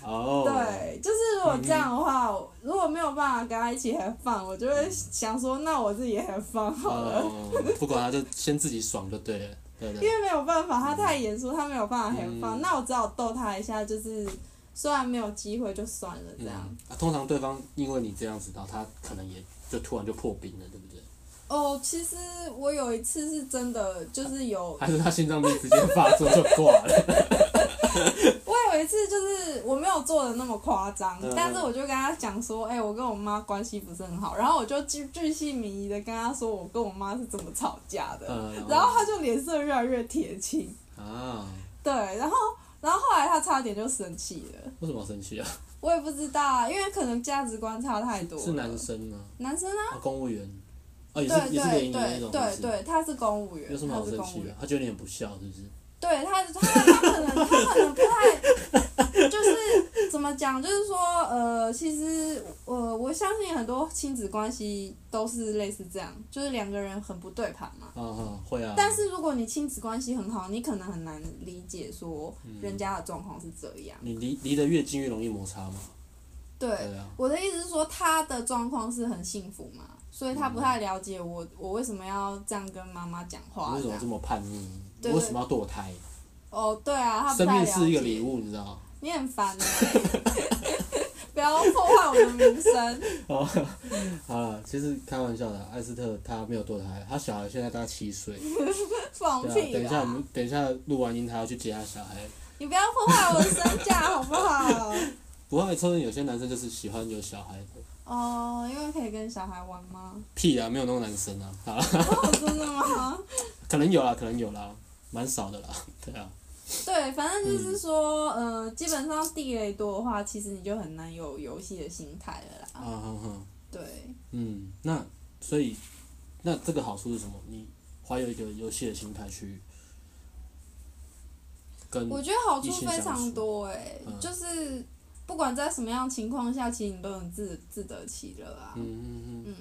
哦，
对，就是如果这样的话，我如果没有办法跟他一起很放，我就会想说，那我自己也很放好了。
哦，不管他就先自己爽就对了，对不
因
对？
为没有办法，他太严肃，他没有办法很放，
嗯
那我只好逗他一下，就是虽然没有机会就算了这
嗯
样。
啊，通常对方因为你这样子，然后他可能也就突然就破冰了，对不对？
哦，其实我有一次是真的，就是有，
还是他心脏病直接发作就挂了？
我有一次就是我没有做的那么夸张，
嗯
但是我就跟他讲说，哎、我跟我妈关系不是很好，然后我就巨巨细靡遗的跟他说我跟我妈是怎么吵架的，
嗯
然后他就脸色越来越铁青，
啊，
对，然后然后后来他差点就生气了，
为什么要生气啊？
我也不知道啊，因为可能价值观差太多了
是男生吗？
男生啊，
啊，公务员，哦，也
对
是也是联
对
谊的那
对
种，
对
是不是
对，他是公务员，
有什么
他
好
是
生
公务
气
员
的？。他觉得你很不孝，是不是？
对他，他他可能他可能不太，就是怎么讲，就是说，呃，其实呃，我相信很多亲子关系都是类似这样，就是两个人很不对盘嘛。
啊哈，会啊。
但是如果你亲子关系很好，你可能很难理解说
嗯
人家的状况是这样。
你离离得越近越容易摩擦嘛。
对，
对啊。
我的意思是说他的状况是很幸福嘛，所以他不太了解我，我为什么要这样跟妈妈讲
你
话
为什
这
么
样
这。么叛逆？你
对
为什么要堕胎？
哦，对啊，他不
生
太了
命
解。
是一个礼物，你知道吗？
你很烦哎、 不要破坏我的名声。
哦， 好了，啊其实开玩笑的。啊艾斯特他没有堕胎，他小孩现在大概七岁。
放
对啊，
屁
等一下我们
啦！
等一下录完音，他要去接他小孩。
你不要破坏我的身价好不好？
不过，抽烟有些男生就是喜欢有小孩的。
哦，因为可以跟小孩玩吗？
屁啊，没有那种男生啊，好啦，
哦，真的吗？
可能有啦，可能有啦，蛮少的啦，对啊，
对，反正就是说，呃，基本上地雷多的话，其实你就很难有游戏的心态了
啊
啦。
哈哈。
对，
嗯，那所以那这个好处是什么？你怀有一个游戏的心态去跟
我觉得好处
异性
非
嗯相
常
处
多哎、
嗯
就是不管在什么样的情况下，其实你都能自自得其乐啊。
嗯嗯嗯
嗯，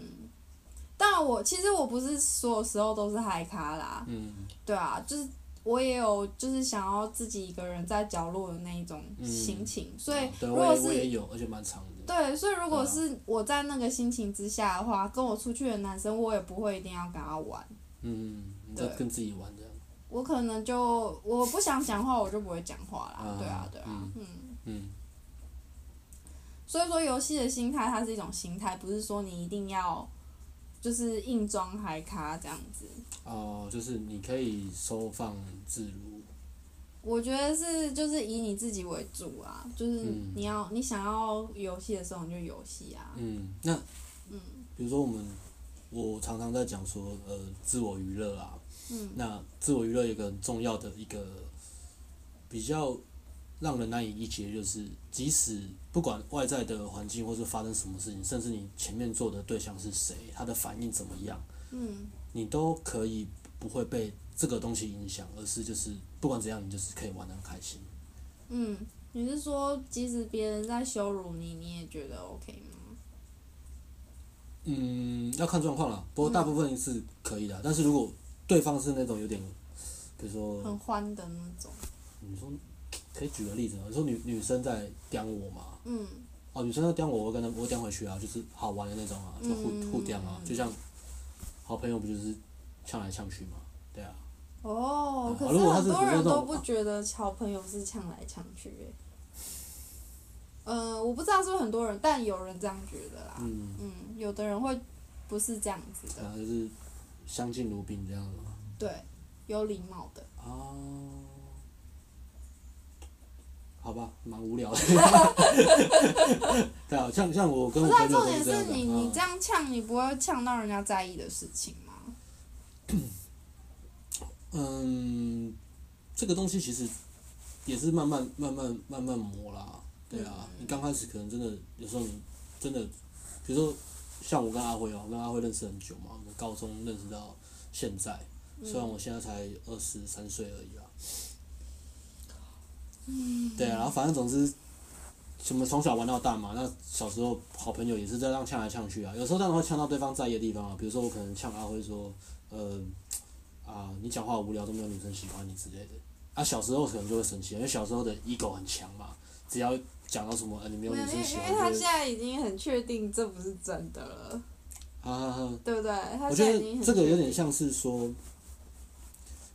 但我其实我不是所有时候都是嗨咖啦，
嗯
对啊，就是我也有就是想要自己一个人在角落的那一种
嗯
心情，所以
啊对
如
我
果
也我
是
也有，而且蛮长的。
对，所以如果
对啊
是我在那个心情之下的话，跟我出去的男生，我也不会一定要跟他玩，
嗯，你在
对
跟自己玩这样。
我可能就我不想讲话，我就不会讲话啦，
啊
对啊，对啊，
嗯
嗯
嗯
所以说，游戏的心态它是一种心态，不是说你一定要就是硬装嗨咖这样子。
哦、就是你可以收放自如。
我觉得是就是以你自己为主啊，就是
嗯
你要、你想要游戏的时候你就游戏啊，
嗯，那
嗯
比如说我们，我常常在讲说，呃，自我娱乐啊，
嗯
那自我娱乐有一个很重要的一个比较让人难以理解，就是即使不管外在的环境或是发生什么事情，甚至你前面做的对象是谁，他的反应怎么样，
嗯
你都可以不会被这个东西影响，而是就是不管怎样，你就是可以玩得很开心。
嗯，你是说即使别人在羞辱你，你也觉得 OK 吗？
嗯，要看状况啦，不过大部分是可以的啊。但是如果对方是那种有点，比如
很
说，
欢的那种，
你说可以举个例子吗？啊你说女女生在刁我嘛，
嗯
哦，女生要刁我，我会跟她，我会刁回去啊，就是好玩的那种啊，就互
嗯
互刁啊，就像好朋友不就是呛来呛去嘛，对啊，
哦，
啊
可
如
是
果他
很
是
多
比如说
人
这
都
种啊
不觉得好朋友是呛来呛去耶、呃，我不知道是不是很多人，但有人这样觉得啦。
嗯，
嗯，有的人会不是这样子
然
的，
后啊就是相敬如宾这样啊子嘛，
对，有礼貌的。
啊，好吧，蛮无聊的，对啊，像像我跟
不
我
是、啊，
朋友
重
都
点
这样
是
子啊
你你
嗯
这样呛，你不会呛到人家在意的事情吗？
嗯，这个东西其实也是慢慢慢慢慢慢磨啦，对啊，
嗯
你刚开始可能真的有时候你真的，比如说像我跟阿辉哦、我跟阿辉认识很久嘛，我们高中认识到现在，虽
嗯
然我现在才二十三岁而已啦，
嗯
对啊，然后反正总之。什么从小玩到大嘛，那小时候好朋友也是在让呛来呛去啊，有时候当然会呛到对方在意的地方啊，比如说我可能呛阿辉说，呃，啊，你讲话好无聊都没有女生喜欢你之类的。啊，小时候可能就会生气，因为小时候的 ego 很强嘛，只要讲到什么、呃、你没有
没有，因
女生
为
喜
因
欢
为他
就
现
是
在已经很确定这不是真的了，
啊啊啊！
对不对？他
我
现
觉
在
得
已经很
这个有
确
点
定嗯
像是说，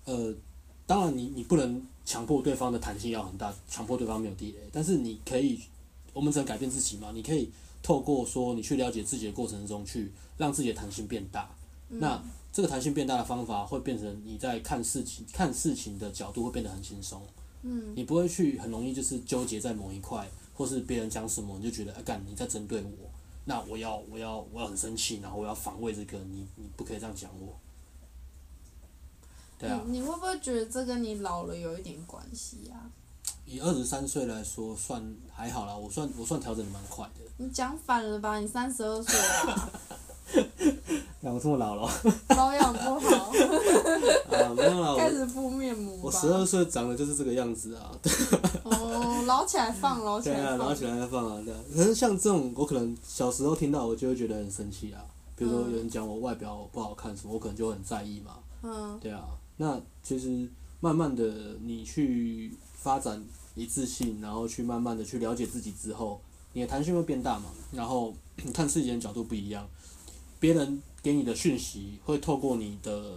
呃，当然你你不能强迫对方的弹性要很大，强迫对方没有地雷，但是你可以，我们只能改变自己嘛，你可以透过说你去了解自己的过程中，去让自己的弹性变大。
嗯
那这个弹性变大的方法会变成你在看事情看事情的角度会变得很轻松。
嗯
你不会去很容易就是纠结在某一块，或是别人讲什么你就觉得，哎、干你在针对我，那我要我要我要很生气，然后我要防卫这个，你你不可以这样讲我。对啊，
你你会不会觉得这跟你老了有一点关系啊？
以二十三岁来说，算还好啦，我算我算调整的蛮快的。
你讲反了吧？你三十二岁 了，
那我这么老了？哦
保养不好，
啊，没有啦，
开
我
始敷面膜吧。
我十二岁长得就是这个样子啊。
哦，捞起来放，捞起
对
来
啊，
放。
然后起来再放啊，对啊。可是像这种，我可能小时候听到，我就会觉得很生气啊。比如说有人讲我外表不好看什么，我可能就会很在意嘛。
嗯
对啊，那其实慢慢的你去发展一致性，然后去慢慢的去了解自己之后，你的弹性会变大嘛，然后 你看事情的角度不一样，别人给你的讯息会透过你的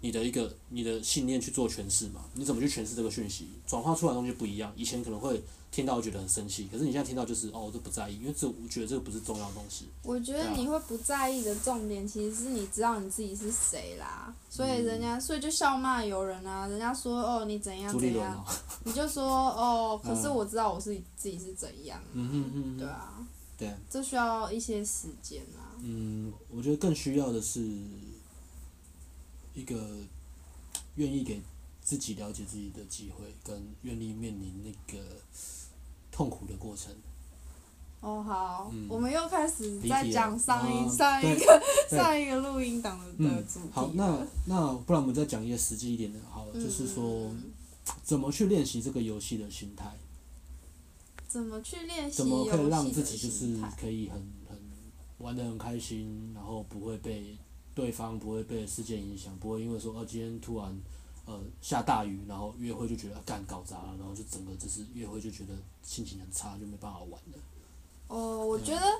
你的一个你的信念去做诠释嘛，你怎么去诠释这个讯息，转化出来的东西不一样。以前可能会听到觉得很生气，可是你现在听到就是哦，我都不在意，因为这我觉得这个不是重要的东西。
我觉
啊
得你会不在意的重点，其实是你知道你自己是谁啦，所以人家，所以就笑骂有人啊，人家说哦你怎样
嗯朱立
怎
伦
样
哦，，
你就说哦，可是
嗯
我知道我是自己是怎样，
嗯哼嗯
对
哼，
啊，
对。
这需要一些时间啊，
嗯，我觉得更需要的是一个愿意给自己了解自己的机会，跟愿意面临那个痛苦的过程。
哦好，
嗯
我们又开始
离
在
题了
讲上一
哦
上一
对
个
对
上一个录音档的的
嗯
主
好，
题
那
了，
那不然我们再讲一些实际一点的，好了，就是说
嗯
怎么去练习这个游戏的心态，
怎么去练习
怎么可以让自己就
游戏的
是
心态
可以很很玩的很开心，然后不会被对方不会被事件影响，不会因为说哦今天突然呃下大雨，然后约会就觉得啊干搞砸了，然后就整个就是约会就觉得心情很差，就没办法玩了。
哦，我
对啊
觉得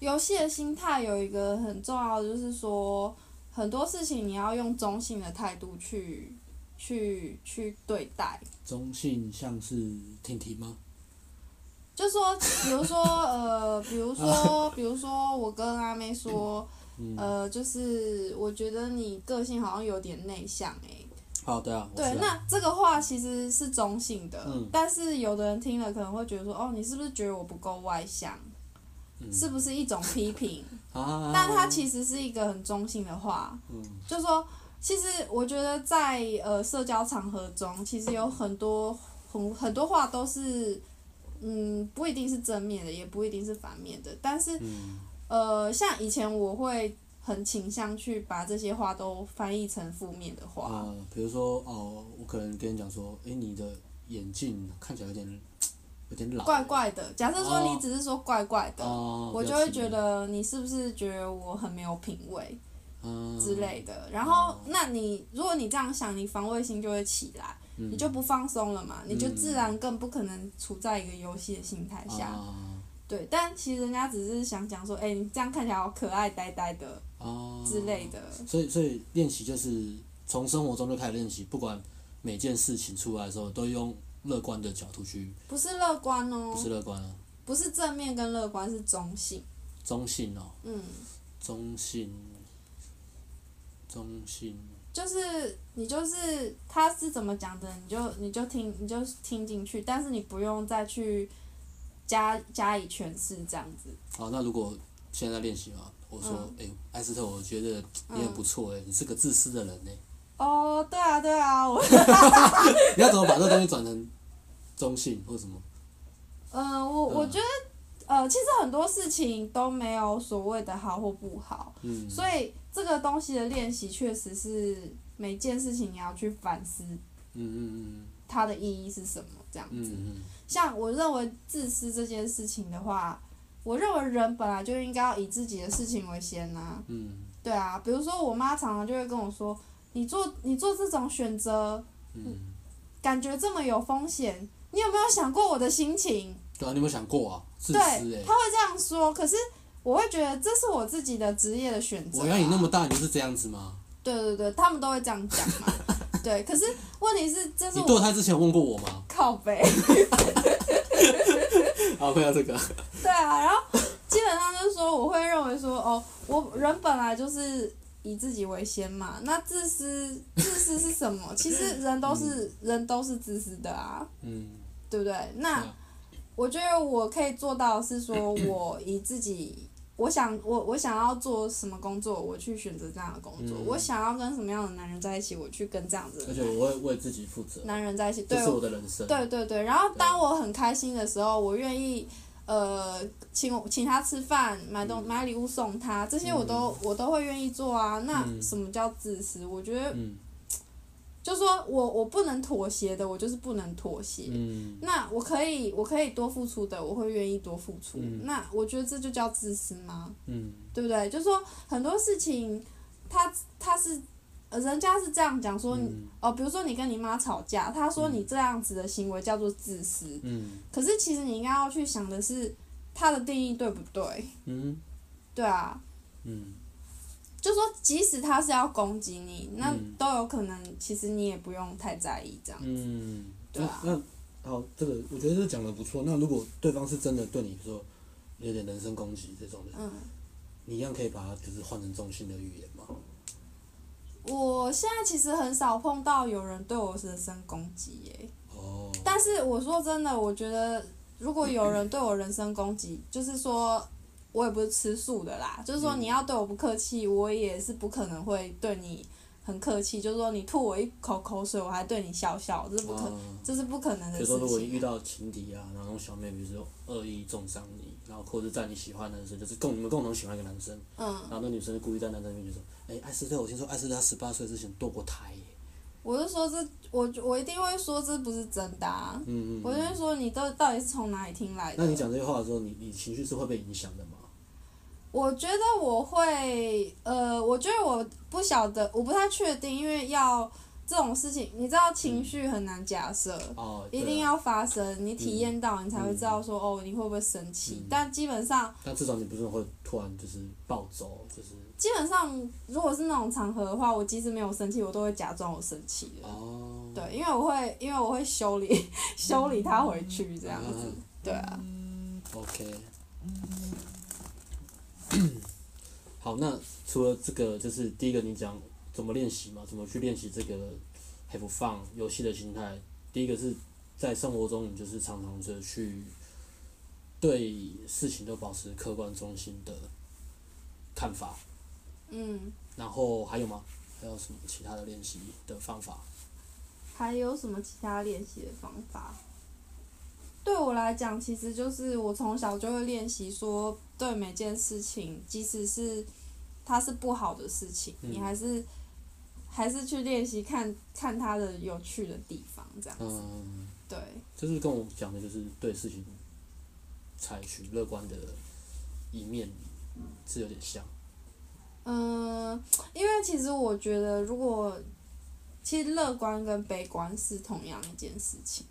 游戏的心态有一个很重要的，就是说很多事情你要用中性的态度去去去对待。
中性像是婷婷吗？
就说，比如说，呃，比 如说，比如说，我跟阿妹说，
嗯，
呃，就是我觉得你个性好像有点内向诶、
好，对啊，我
对，
是啊
那这个话其实是中性的，
嗯
但是有的人听了可能会觉得说，哦，你是不是觉得我不够外向？
嗯
是不是一种批评？
啊，
但它其实是一个很中性的话，
嗯
就说，其实我觉得在呃社交场合中，其实有很多很很多话都是，嗯，不一定是正面的，也不一定是反面的，但是
嗯
呃，像以前我会很倾向去把这些话都翻译成负面的话，
啊，比如说哦，我可能跟你讲说，哦诶，你的眼镜看起来有点有点老，
怪怪的。假设说
哦
你只是说怪怪的，
哦，
我
不
就
要
会
气
觉
馁
得你是不是觉得我很没有品味
嗯
之类的。然后
哦，
那你如果你这样想，你防卫心就会起来，
嗯
你就不放松了嘛，你就
嗯
自然更不可能处在一个游戏的心态下。
啊
对，但其实人家只是想讲说，哎、你这样看起来好可爱，呆呆的
啊
之类的。
所以，所以练习就是从生活中就开始练习，不管每件事情出来的时候，都用乐观的角度去，
不是乐观哦，
不是乐观啊，
不是正面跟乐观，是中性。
中性哦，
嗯，
中性，中性，
就是你就是他是怎么讲的，你就你就听你就听进去，但是你不用再去加加以诠释这样子。
好，那如果现在练习嘛，我说，哎、艾斯特，我觉得你很不错哎、你是个自私的人哎、
哦，对啊，对啊，我
你要怎么把这个东西转成中性或什么？
呃，我我
嗯
觉得呃，其实很多事情都没有所谓的好或不好，
嗯，
所以这个东西的练习确实是每件事情你要去反思
嗯嗯
它的意义是什么这样
嗯
子。
嗯嗯
像我认为自私这件事情的话，我认为人本来就应该要以自己的事情为先呐、
嗯嗯
对啊，比如说我妈常常就会跟我说，你做你做这种选择，
嗯，
感觉这么有风险，你有没有想过我的心情？
对啊，你有没有想过啊？自私
对，她
哎、
会这样说，可是我会觉得这是我自己的职业的选择、啊。
我养你那么大，你就是这样子吗？
对对对，他们都会这样讲 嘛。对，可是问题是这是
你堕
我
胎之前有问过我吗？
靠背。啊
好，回到这个，
对啊，然后基本上就是说，我会认为说，哦，我人本来就是以自己为先嘛。那自私，自私是什么？其实人都是、人都是自私的啊，
嗯，
对不对？那、
对啊
我觉得我可以做到的是说，我以自己。我想我我想要做什么工作，我去选择这样的工作。
嗯
我想要跟什么样的男人在一起，我去跟这样子
而
的
且我会为自己负责，
男人在一起。
这
对，
是我的人生。
对对对，然后当我很开心的时候，我愿意呃请我请他吃饭，买
嗯
东买礼物送他，这些我都、我都会愿意做啊。那
嗯
什么叫自私？我觉得
嗯
就说我我不能妥协的，我就是不能妥协。
嗯
那我可以我可以多付出的，我会愿意多付出。
嗯
那我觉得这就叫自私吗？
嗯
对不对？就说很多事情，他他是呃人家是这样讲说你。
嗯
哦，比如说你跟你妈吵架，她说
嗯
你这样子的行为叫做自私，
嗯
可是其实你应该要去想的是，它的定义对不对？
嗯
对啊，
嗯
就说即使他是要攻击你，那
嗯
都有可能，其实你也不用太在意这样。
嗯，
对啊
那那好，这个我觉得这讲的不错。那如果对方是真的对你说有点人身攻击这种的，
嗯，
你一样可以把它就是换成中性的语言嘛？
我现在其实很少碰到有人对我人身攻击耶，
哦，
但是我说真的，我觉得如果有人对我人身攻击，就是说。我也不是吃素的啦，就是说
嗯
你要对我不客气，我也是不可能会对你很客气。就是说你吐我一口口水，我还对你笑笑，这是不可
啊
这是不可能
比
的
如
事
说，如果你
情。
遇到情敌啊，然后小妹，比如说恶意重伤你，然后或者在你喜欢的男生，就是共你们共同喜欢一个男生，然
嗯，
后那女生就故意在男生面前说：“哎、艾斯特，我听说艾斯特他十八岁之前堕过胎耶。
我就说这，我我一定会说这不是真的、啊”。
嗯嗯。
我就会说你到到底是从哪里听来
那你
的？
讲这些话的时候，你你情绪是会被影响的吗？
我觉得我会，呃，我觉得我不晓得，我不太确定，因为要这种事情，你知道情绪很难假设，
哦，对
一
啊
定。要发生，你体验到，你才会知道说、哦，你会不会生气。
嗯
但基本上，
但至少你不是会突然就是暴走，就是
基本上如果是那种场合的话，我即使没有生气，我都会假装我生气的。
哦。
对，因为我会，因为我会修理 修理它回去这样子，
嗯
对啊，
OK。好，那除了这个，就是第一个你讲怎么练习嘛，怎么去练习这个 have fun 游戏的心态。第一个是在生活中，你就是常常的去对事情都保持客观中心的看法。
嗯，
然后还有吗？还有什么其他的练习的方法？
还有什么其他练习的方法？对我来讲，其实就是我从小就会练习说，对每件事情，即使是它是不好的事情，
嗯
你还是还是去练习看看它的有趣的地方，这样子。
嗯，
对，
就是跟我讲的，就是对事情采取乐观的一面，是有点像。
嗯，因为其实我觉得，如果其实乐观跟悲观是同样一件事情。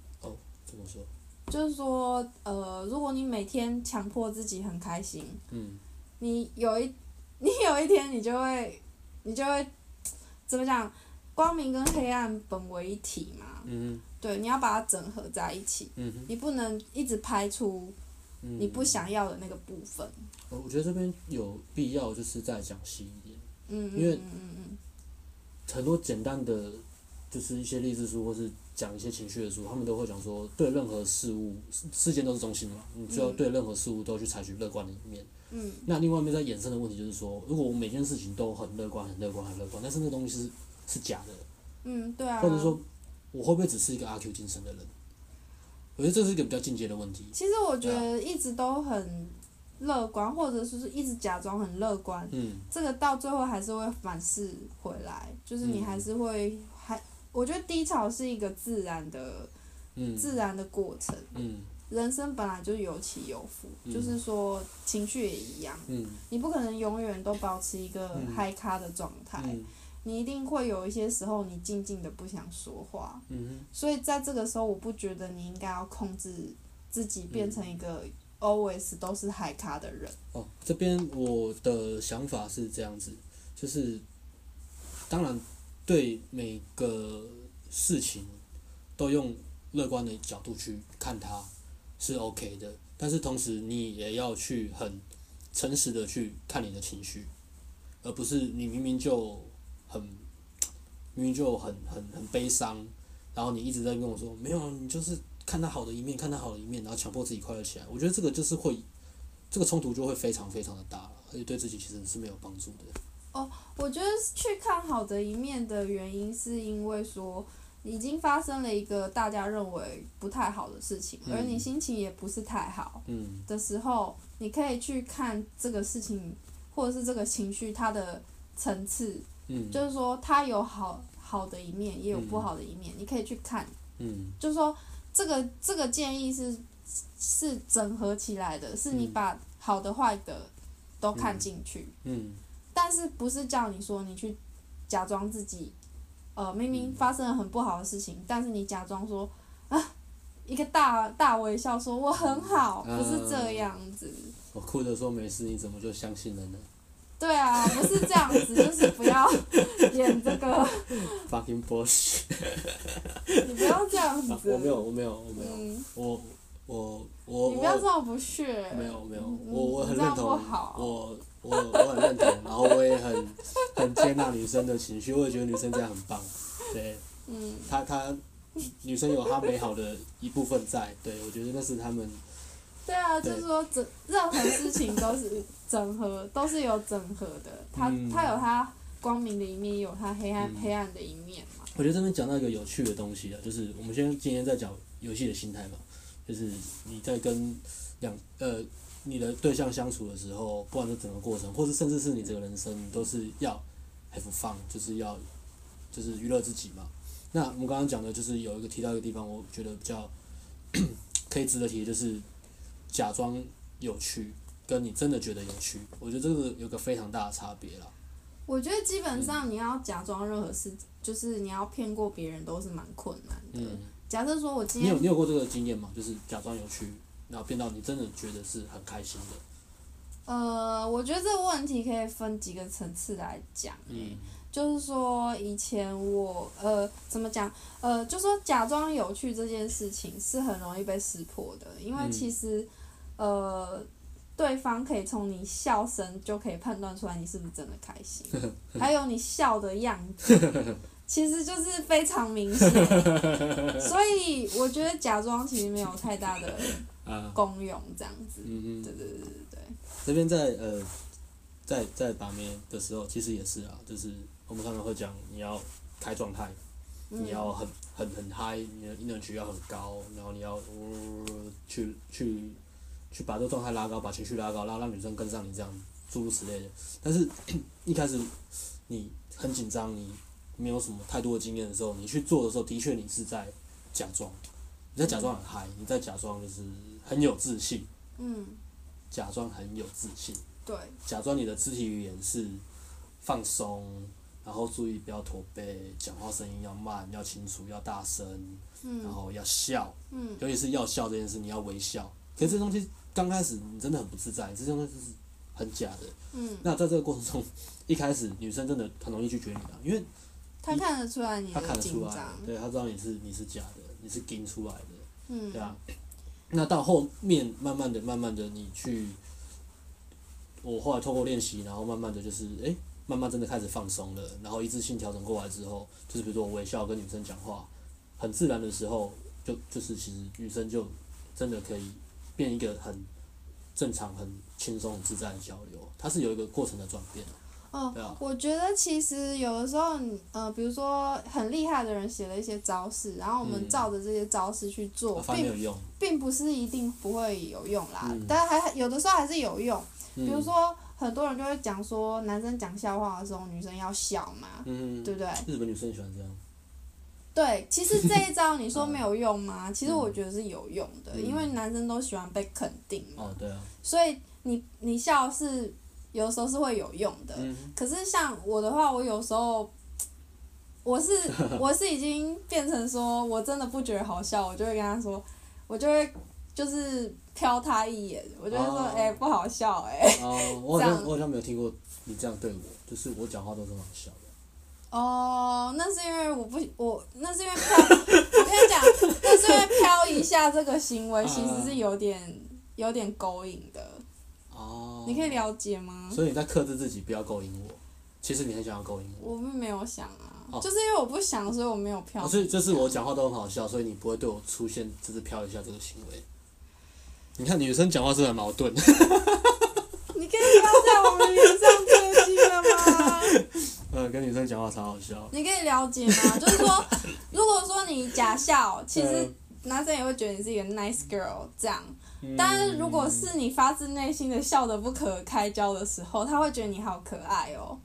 怎么说？
就是说，呃，如果你每天强迫自己很开心，
嗯，
你有一 你有一天你就会你就会怎么讲？光明跟黑暗本为一体嘛，
嗯
对，你要把它整合在一起，
嗯哼
你不能一直排除
嗯，
你不想要的那个部分。
呃。我觉得这边有必要，就是再讲细一点。
嗯嗯
因为
嗯嗯嗯，
很多简单的，就是一些励志书或是讲一些情绪的书，他们都会讲说，对任何事物事事件都是中心嘛，你就要
嗯
对任何事物都去采取乐观的一面。
嗯，
那另外一面在衍生的问题就是说，如果我每件事情都很乐观、很乐观、很乐观，但是那个东西是是假的，
嗯，对啊。
或者说，我会不会只是一个阿 Q 精神的人？我觉得这是一个比较进阶的问题。
其实我觉
啊
得一直都很乐观，或者是一直假装很乐观，
嗯
这个到最后还是会反噬回来，就是你
嗯
还是会还，我觉得低潮是一个自然的、
嗯
自然的过程，
嗯
人生本来就有起有伏，
嗯
就是说情绪也一样，
嗯
你不可能永远都保持一个
嗯
嗨咖的状态，
嗯
你一定会有一些时候你静静的不想说话，
嗯
所以在这个时候，我不觉得你应该要控制自己变成一
嗯
个 always 都是嗨咖的人，
哼，哦，这边我的想法是这样子，就是当然对每个事情都用乐观的角度去看它是 OK 的，但是同时你也要去很诚实的去看你的情绪，而不是你明明就很明明就很很很悲伤，然后你一直在跟我说没有，你就是看他好的一面，看他好的一面，然后强迫自己快乐起来。我觉得这个就是会这个冲突就会非常非常的大了，而且对自己其实是没有帮助的。
我觉得去看好的一面的原因，是因为说已经发生了一个大家认为不太好的事情，
嗯
而你心情也不是太好
嗯。
的时候，你可以去看这个事情或者是这个情绪它的层次，
嗯
就是说它有好好的一面，也有
嗯
不好的一面，你可以去看，
嗯
就是说这个这个建议是是整合起来的，是你
嗯
把好的坏的都看
嗯
进去。
嗯
但是不是叫你说你去假装自己，呃，明
嗯
明发生了很不好的事情，但是你假装说啊，一个大大微笑说我很好，
嗯
不是这样子。
我哭着说没事，你怎么就相信了呢
对啊，不是这样子，就是不 要演这个，
？Fucking bullshit！
你不要这样子。
我没有，我没有，我没有，
嗯，
我我我
你不要
我
这么不屑。
没有没有，
嗯
我我很
你这
认
样
同，
不好。
我我我很认同，然后我也很很接纳女生的情绪，我也觉得女生这样很棒，对
嗯
她她女生有她美好的一部分在，对我觉得那是她们
对啊，就
对
是说整任何事情都是整合，都是有整合的。它、
嗯
它有它光明的一面，也有它黑暗、
嗯
黑暗的一面嘛。
我觉得这边讲到一个有趣的东西啊，就是我们先今天在讲游戏的心态嘛，就是你在跟两呃你的对象相处的时候，不管是整个过程，或是甚至是你这个人生，你都是要 have fun，就是要就是娱乐自己嘛。那我们刚刚讲的就是有一个提到一个地方，我觉得比较 可以值得提的，就是假装有趣跟你真的觉得有趣，我觉得这个有个非常大的差别啦。
我觉得基本上你要假装任何事，就是你要骗过别人都是蛮困难的。
嗯。
假设说我今
你有
天
你有过这个经验吗？就是假装有趣，然后变到你真的觉得是很开心的。
呃，我觉得这个问题可以分几个层次来讲、欸
嗯
就是说以前我呃怎么讲呃，就说假装有趣这件事情是很容易被识破的，因为
嗯
其实、呃对方可以从你 笑声就可以判断出来你是不是真的开心，还有你笑的样子，其实就是非常明显，所以我觉得假装其实没有太大的
啊，
功用，这样子。
嗯嗯
对，对对对对，
这边在呃，在在把妹的时候，其实也是啊，就是我们常常会讲，你要开状态，
嗯
你要很很很嗨，你的 energy 要很高，然后你要、呃、去去去把这个状态拉高，把情绪拉高，让让女生跟上你这样，诸如此类的。但是 一开始你很紧张，你没有什么太多的经验的时候，你去做的时候，的确你是在假装，你在假装很嗨，你在假装就是很有自信，
嗯，
假装很有自信。
对，
假装你的肢体语言是放松，然后注意不要驼背，讲话声音要慢、要清楚、要大声，然
嗯
后要笑，
嗯
尤其是要笑这件事，你要微笑。可是这东西刚开始你真的很不自在，这东西是很假的。
嗯，
那在这个过程中，一开始女生真的很容易拒绝你啊，因为
他看得出来你
她看
的
得
紧
出来
张，，
对她知道你是你是假的，你是盯出来的。
嗯，
对啊，那到后面慢慢的、慢慢的，你去，我后来透过练习，然后慢慢的就是，诶，慢慢真的开始放松了，然后一致性调整过来之后，就是比如说我微笑跟女生讲话，很自然的时候，就就是其实女生就真的可以变一个很正常、很轻松、很自在的交流，它是有一个过程的转变的，
哦
对啊，
我觉得其实有的时候你，呃，比如说很厉害的人写了一些招式，然后我们
嗯
照着这些招式去做，
我发啊现没
并
有用，
并不是一定不会有用啦，
嗯
但还有的时候还是有用。
嗯
比如，说，很多人就会讲说，男生讲笑话的时候，女生要笑嘛，
嗯，
对不对？
日本女生喜欢这样，
对，其实这一招 你说没有用吗？其实我觉得是有用的，
嗯
因为男生都喜欢被肯定嘛，
哦，对啊，
所以你你笑是有时候是会有用的。
嗯，
可是像我的话，我有时候 我是我是已经变成说，我真的不觉得好笑，我就会跟他说，我就会就是瞟他一眼，我就会说，
哦
哎、不好笑、哎。
哦，我好
这
像
样
我好像没有听过你这样对我，就是我讲话都是很好笑的。
哦，那是因为我不我那是因为飘，我跟你讲，那是因为飘一下这个行
啊
为其实是有点有点勾引的，
哦
你可以。了解吗？
所以你在克制自己，不要勾引我。其实你很想要勾引我，
我并没有想啊，
哦
就是因为我不想，所以我没有飘。
哦、所以就是我讲话都很好笑，所以你不会对我出现就是飘一下这个行为。你看女生讲话是不是很矛盾，
你可以不要在我们脸上贴金了吗？
呃，跟女生讲话超好笑。
你可以了解吗？就是说，如果说你假笑，其实男生也会觉得你是一个 nice girl 这样。
嗯
但是如果是你发自内心的笑得不可开交的时候，他会觉得你好可爱哦。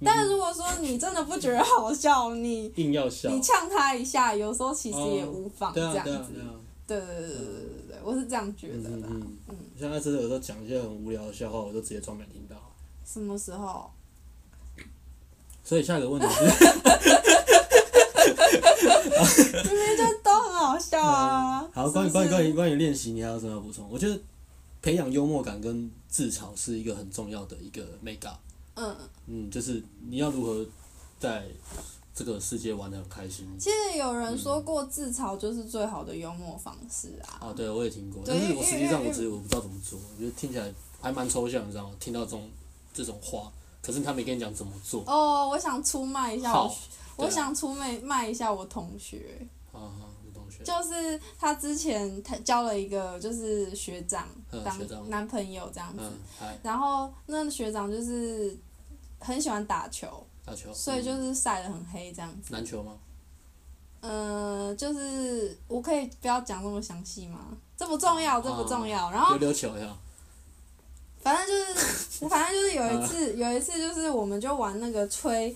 嗯
但是如果说你真的不觉得好笑，你
硬要笑，
你呛他一下，有时候其实也
哦
无妨
对
这
啊
样
对啊
子
对。啊，
对对对对对对对，我是这样觉
嗯
得
嗯
的。
嗯
嗯，
像艾斯有时候讲一些很无聊的笑话，我就直接装没听到。
什么时候？
所以下一个问题是，。
明明就都很好笑啊
好，关于
是不
关于
是
关于关于练习，你还有什么要补充？我觉得培养幽默感跟自嘲是一个很重要的一个 mega。
嗯。
嗯，就是你要如何在这个世界玩的很开心。
其实有人说过，自嘲就是最好的幽默方式啊。
哦，对，我也听过，
对
但是我
因为
实际上
因为
我自己我不知道怎么做，我觉得听起来还蛮抽象，你知道吗？听到这种这种话，可是他没跟你讲怎么做。
哦，我想出卖一下
好
我，
对啊
我想出卖卖一下我同学，
啊啊，你同学，
就是他之前他交了一个就是学长
嗯
当
学长
男朋友这样子，
嗯，嗨，
然后那学长就是很喜欢打球，
打球，
所以就
嗯
是晒得很黑这样子。
篮球吗？
嗯、就是我可以不要讲那么详细吗？这不重要，这不重要。然后
溜溜球呀，
反正就是，反正就是有一次，有一次就是我们就玩那个吹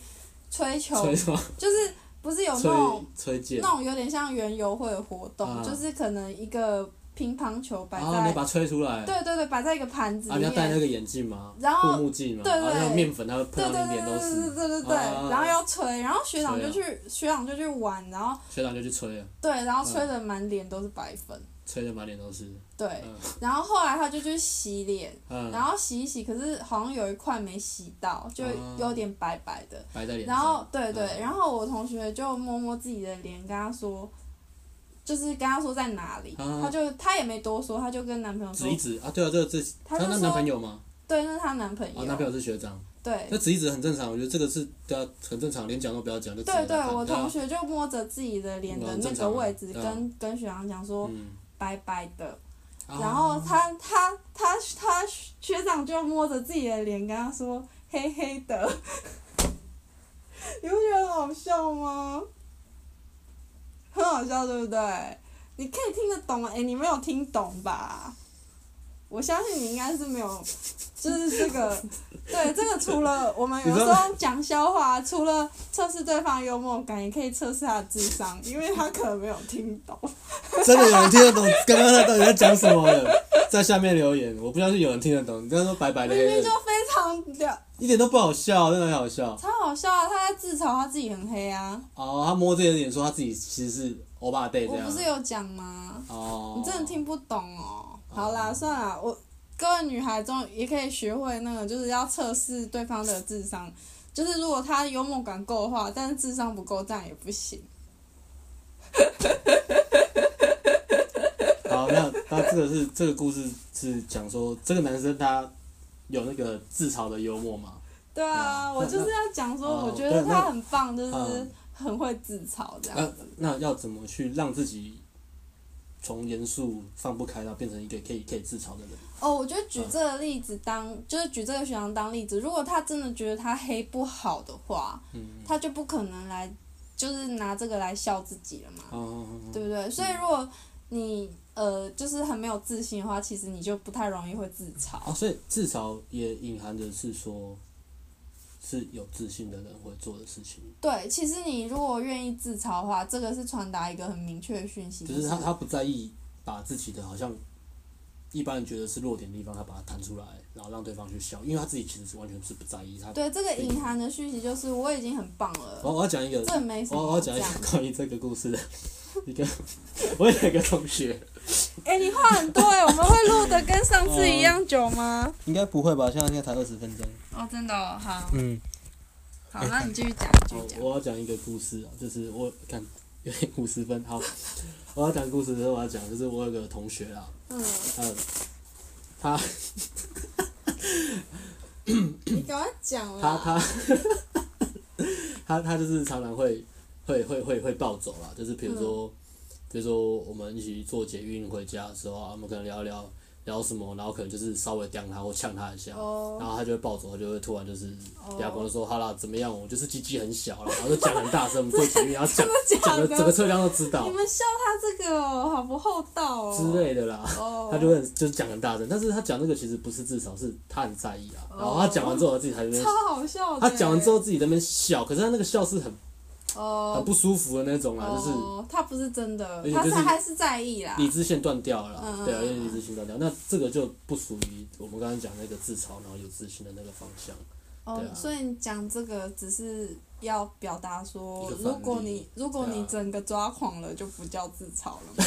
吹球，
吹什么？
就是不是有那
吹
种
吹箭
那。种有点像园游会的活动，
啊
就是可能一个乒乓球摆
啊，
在，
你把它吹出来。
对对对，摆在一个盘子
啊，
里
你要戴那
面。
个眼镜吗？
然后
护目镜嘛，
对对
啊那个面粉它会
对
喷
对
到你
对
脸
对
都
对
是。
对对对，
啊
然后要吹，然后学长
吹
就
啊
去学长就去玩，然后
学长就去吹了，
对，然后吹的满脸都是白粉，
吹的满脸都是。
对，
嗯
然后后来他就去洗脸，
嗯，
然后洗一洗，可是好像有一块没洗到，就
啊
有点白白的，
白在脸上。
然后对对，
嗯
然后我同学就摸摸自己的脸，跟他说，就是跟他说在哪里，
啊
他就他也没多说，他就跟男朋友说
指一，指啊，对啊，这个这
他就
那
说
男朋友吗？
对，那是她男朋
啊，
友，
男朋友是学长，
对
那指一指很正常，我觉得这个是对啊，很正常，连讲都不要讲，就直接
对对
来，看
我
对啊嗯
同学就摸着自己的脸的那个位置，
对啊
跟跟学长讲说
嗯，
拜拜的，
啊
然后他他他他学长就摸着自己的脸跟他说黑黑的，你不觉得很好笑吗？很好笑，对不对？你可以听得懂，哎、你没有听懂吧？我相信你应该是没有，就是这个， 对这个除了我们有时候讲笑话，除了测试对方幽默感，也可以测试他的智商，因为他可能没有听懂。
真的有人听得懂刚刚他到底在讲什么了， 在下面留言，我不相信有人听得懂。你刚刚说白白的
明
黑
明
人
就，非常的
一点都不好笑，真的很好笑。
超好笑啊！他在自嘲他自己很黑啊，
哦，他摸自己的脸说他自己其实是欧巴 day 这
我
样
不。是有讲吗？
哦，
你真的听不懂哦。好啦，算啦，我各位女孩中也可以学会那个，就是要测试对方的智商。就是如果他幽默感够的话，但是智商不够，这样也不行。
好，那那这个是这个故事是讲说这个男生他有那个自嘲的幽默嘛？
对啊，
嗯
我就是要讲说，
哦
我觉得
对
他
那
很棒，就是
嗯
很会自嘲这样
那
子。
那要怎么去让自己从严肃放不开，然后变成一个可以可以自嘲的人？
哦，我觉得举这个例子当，就是举这个学长当例子，如果他真的觉得他黑不好的话，
嗯，
他就不可能来，就是拿这个来笑自己了嘛，
哦，
对不对？所以如果你呃就是很没有自信的话，其实你就不太容易会自嘲。
哦，所以自嘲也隐含着是说，是有自信的人会做的事情，
对，其实你如果愿意自嘲的话，这个是传达一个很明确的讯息，
就是他他不在意把自己的好像一般人觉得是弱点的地方，他把它弹出来，然后让对方去笑，因为他自己其实是完全是不在意他。
对这个隐含的讯息就是我已经很棒
我
了，
我要讲一个，
这没什
我
么
我
好
要哦讲
讲
一。个关于这个故事的一个，我有一个同学，
哎、你话很多哎，我们会录的跟上次一样久吗？
应该不会吧？现在应该才二十分钟。
哦，真的、哦，好，
嗯，
好，那你继续讲，继续
好，
讲。
哦我要讲一个故事啊，就是我看有点五十分。好，我要讲故事的时候，我要讲就是我有个同学啊，
嗯，
呃，他
你赶快讲
他
啦。
他 他他就是常常会会会会会暴走啦，就是比如说、
嗯
比如说我们一起坐捷运回家的时候啊，我们可能聊一聊聊什么，然后可能就是稍微刁他或呛他一下。然
哦，
后他就会暴走，他就会突然就是
哦
哑光就说：“好啦，怎么样？我就是鸡鸡很小啦，然后就讲很大声，我们 做节目，然后讲
假
讲
的
的整个车厢都知道
你们笑他这个哦，好不厚道哦。
哦之类的啦。”
哦，
他就会就是讲很大声，但是他讲那个其实不是自嘲，是他很在意啊。然后他讲完之后，他自己还在那边
哦超好笑的
他
欸。
讲完之后自己在那边笑，可是他那个笑是很很
哦，
不舒服的那种啦，就是
哦，他不是真的
而，且
他
就是
是还是在意啦。
理智线断掉了
嗯
啦
嗯，
对啊，
嗯
因为理智线断掉，那这个就不属于我们刚刚讲那个自嘲，然后有自信的那个方向。
哦
对，啊
所以你讲这个只是要表达说
一个，反例
如果你如果
对
你
啊
整个抓狂了，就不叫自嘲 了嘛。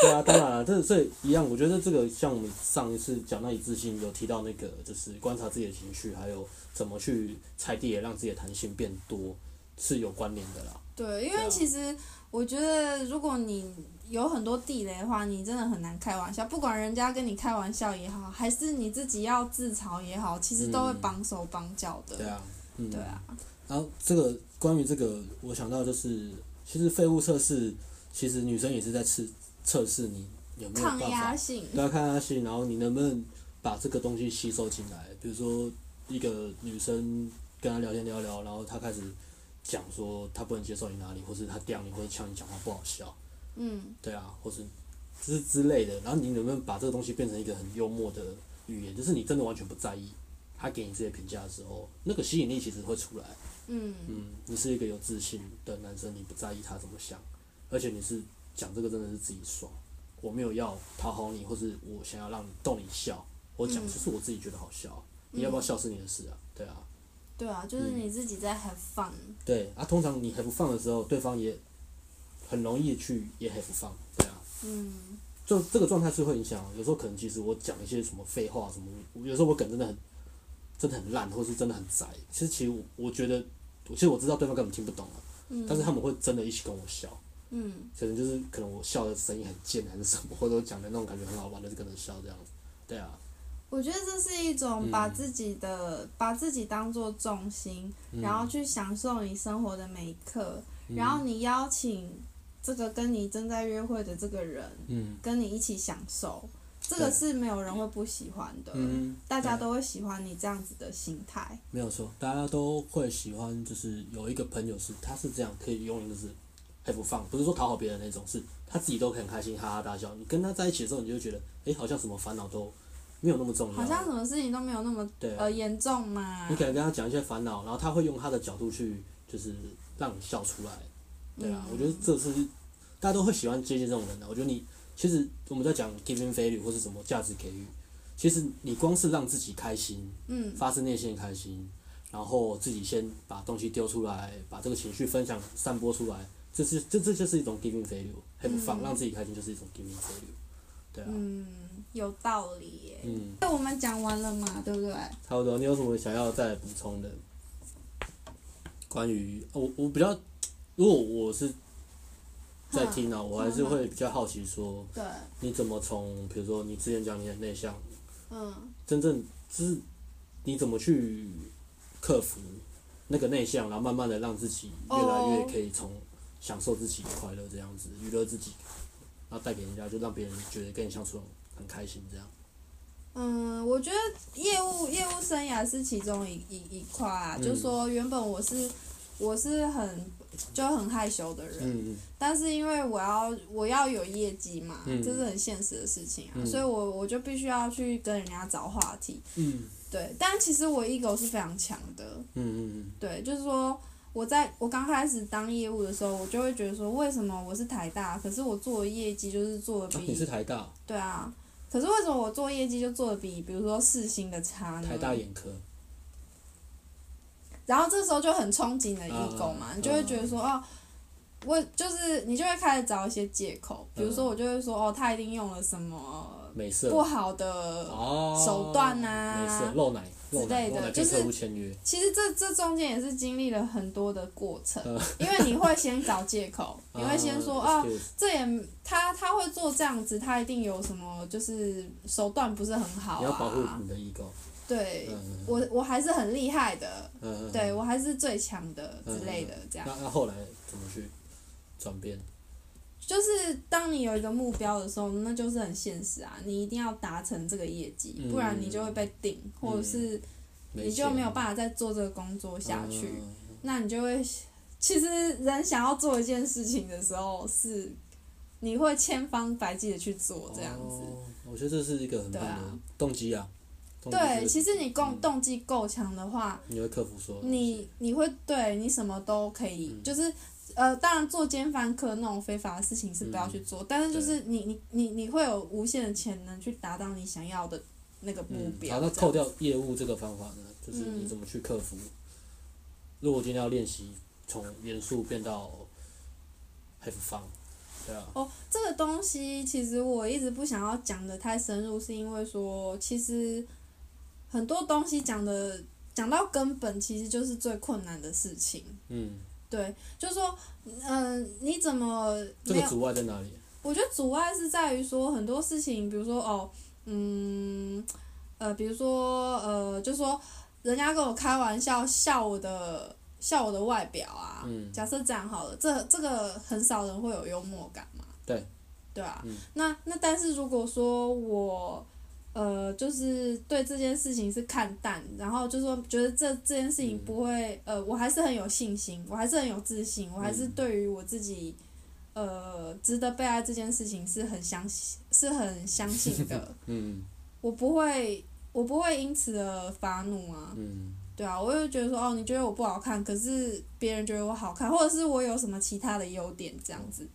对啊，当然了，这所以一样，我觉得这个像我们上一次讲到理智性，有提到那个就是观察自己的情绪，还有怎么去踩地雷，让自己的弹性变多，是有关联的啦。
对，因
对
为
啊
其实我觉得，如果你有很多地雷的话，你真的很难开玩笑。不管人家跟你开玩笑也好，还是你自己要自嘲也好，其实都会
嗯
绑手绑脚的。
对啊，嗯，
对啊，
然后这个关于这个，我想到就是，其实废物测试，其实女生也是在测测试你有没有
抗
办
压
法，
性。
对啊，抗压性，然后你能不能把这个东西吸收进来。比如说一个女生跟她聊天聊聊，然后她开始讲说她不能接受你哪里，或是她掉你，或者呛你讲话不好笑，
嗯，
对啊，或是就是之类的。然后你能不能把这个东西变成一个很幽默的语言，就是你真的完全不在意她给你这些评价的时候，那个吸引力其实会出来。
嗯，
嗯，你是一个有自信的男生，你不在意他怎么想，而且你是讲这个真的是自己爽，我没有要讨好你，或是我想要让你逗你笑，我讲
嗯
就是我自己觉得好笑啊，你要不要笑是你的事啊，对啊，
对啊，就是
嗯
你自己在 have fun。
对啊，通常你还不放的时候，对方也很容易去也还不放，对啊，
嗯，
就这个状态是会影响，啊有时候可能其实我讲一些什么废话什么，有时候我梗真的很真的很烂，或是真的很宅，其实其实我我觉得，其实我知道对方根本听不懂啊，
嗯
但是他们会真的一起跟我笑。
嗯，
可能就是可能我笑的声音很贱还是什么，或者我讲的那种感觉很好玩的，就跟着笑这样子。对啊，
我觉得这是一种
嗯
把自己的、把自己当做重心，
嗯
然后去享受你生活的每一刻，
嗯
然后你邀请这个跟你正在约会的这个人
嗯
跟你一起享受，这个
对
是没有人会不喜欢的，
嗯，
大家
对
都会喜欢你这样子的心态。
没有错，大家都会喜欢，就是有一个朋友是他是这样，可以用就是还不放，不是说讨好别人那种，是他自己都可以很开心，哈哈大笑。你跟他在一起的时候，你就会觉得，诶，好像什么烦恼都没有那么重要，
好像什么事情都没有那么
对啊
呃严重嘛
你，可能跟他讲一些烦恼，然后他会用他的角度去，就是让你笑出来。对啊，
嗯
我觉得这是大家都会喜欢接近这种人的。啊我觉得你其实我们在讲 giving value 或是什么价值给予，其实你光是让自己开心，
嗯
发自内心的开心，然后自己先把东西丢出来，把这个情绪分享散播出来，这是这这就是一种 giving value，很放、
嗯
让自己开心就是一种 giving value，对啊，
嗯，有道理耶。
嗯，
那我们讲完了嘛，对不对？
差不多。你有什么想要再补充的？关于哦我我比较，如果我是
嗯
在听呢、我还是会比较好奇说，
对，
你怎么从比如说你之前讲你很内向，
嗯
真正就是你怎么去克服那个内向，然后慢慢的让自己越来越可以从享受自己的快乐这样子，娱乐自己，然后带给人家，就让别人觉得跟你相处很开心这样。
嗯，我觉得业务业务生涯是其中一一一块啊，
嗯
就说原本我是我是很就很害羞的人，
嗯
但是因为我要我要有业绩嘛，
嗯
这是很现实的事情啊，
嗯
所以我我就必须要去跟人家找话题。
嗯
对，但其实我 ego 是非常强的，
嗯嗯
对，就是说我在我刚开始当业务的时候，我就会觉得说，为什么我是台大，可是我做的业绩就是做的
嗯，啊
比、
你是台大，
对啊，可是为什么我做业绩就做的比比如说世新的差呢？
台大眼科，
然后这时候就很憧憬的义工嘛，
嗯
你就会觉得说，哦，我就是你就会开始找一些借口，比如说
嗯
我就会说，哦，他一定用了什么
美色
不好的。
哦，
手段啊
美色露奶露奶
之类的
露奶
就
跟
是
客户签约，
其实这这中间也是经历了很多的过程，
嗯
因为你会先找借 口，你会先说啊，
excuse，
这也他他会做这样子，他一定有什么就是手段不是很好啊。
你要保护你的义工，
对，
嗯
我我还是很厉害的，
嗯嗯，
对我还是最强的
嗯
之类的，这样
那。那后来怎么去转变？
就是当你有一个目标的时候，那就是很现实啊，你一定要达成这个业绩，
嗯
不然你就会被定，或者是你就
啊
没有办法再做这个工作下去。
嗯
那你就会，其实人想要做一件事情的时候是。你会千方百计的去做这样子，
哦我觉得这是一个很棒的
对啊
动机啊。动机
对，
是
其实你动
嗯
动机够强的话，
你会克服说
你你会对你什么都可以，
嗯
就是呃，当然做奸犯科那种非法的事情是不要去
嗯
做，但是就是你你你你会有无限的潜能去达到你想要的那个目
嗯，
标。
好，那扣掉业务这个方法呢，就是
嗯
你怎么去克服？如果今天要练习从严肃变到 have fun，对啊，
哦，这个东西其实我一直不想要讲的太深入，是因为说其实很多东西讲的讲到根本，其实就是最困难的事情。
嗯，
对，就是说，嗯、你怎么
这
没
个
有？
阻碍在哪里？
我觉得阻碍是在于说很多事情，比如说哦，嗯，呃，比如说呃，就说人家跟我开玩笑笑我的笑我的外表啊，
嗯
假设这样好了，这这个很少人会有幽默感嘛，
对，
对啊，
嗯
那那但是如果说我。呃，就是对这件事情是看淡，然后就说觉得这这件事情
嗯
不会，呃，我还是很有信心，我还是很有自信，我还是
嗯
对于我自己呃，值得被爱这件事情是很相信，是很相信的。
嗯
我不会，我不会因此而发怒啊，
嗯
对啊，我就觉得说，哦，你觉得我不好看，可是别人觉得我好看，或者是我有什么其他的优点这样子，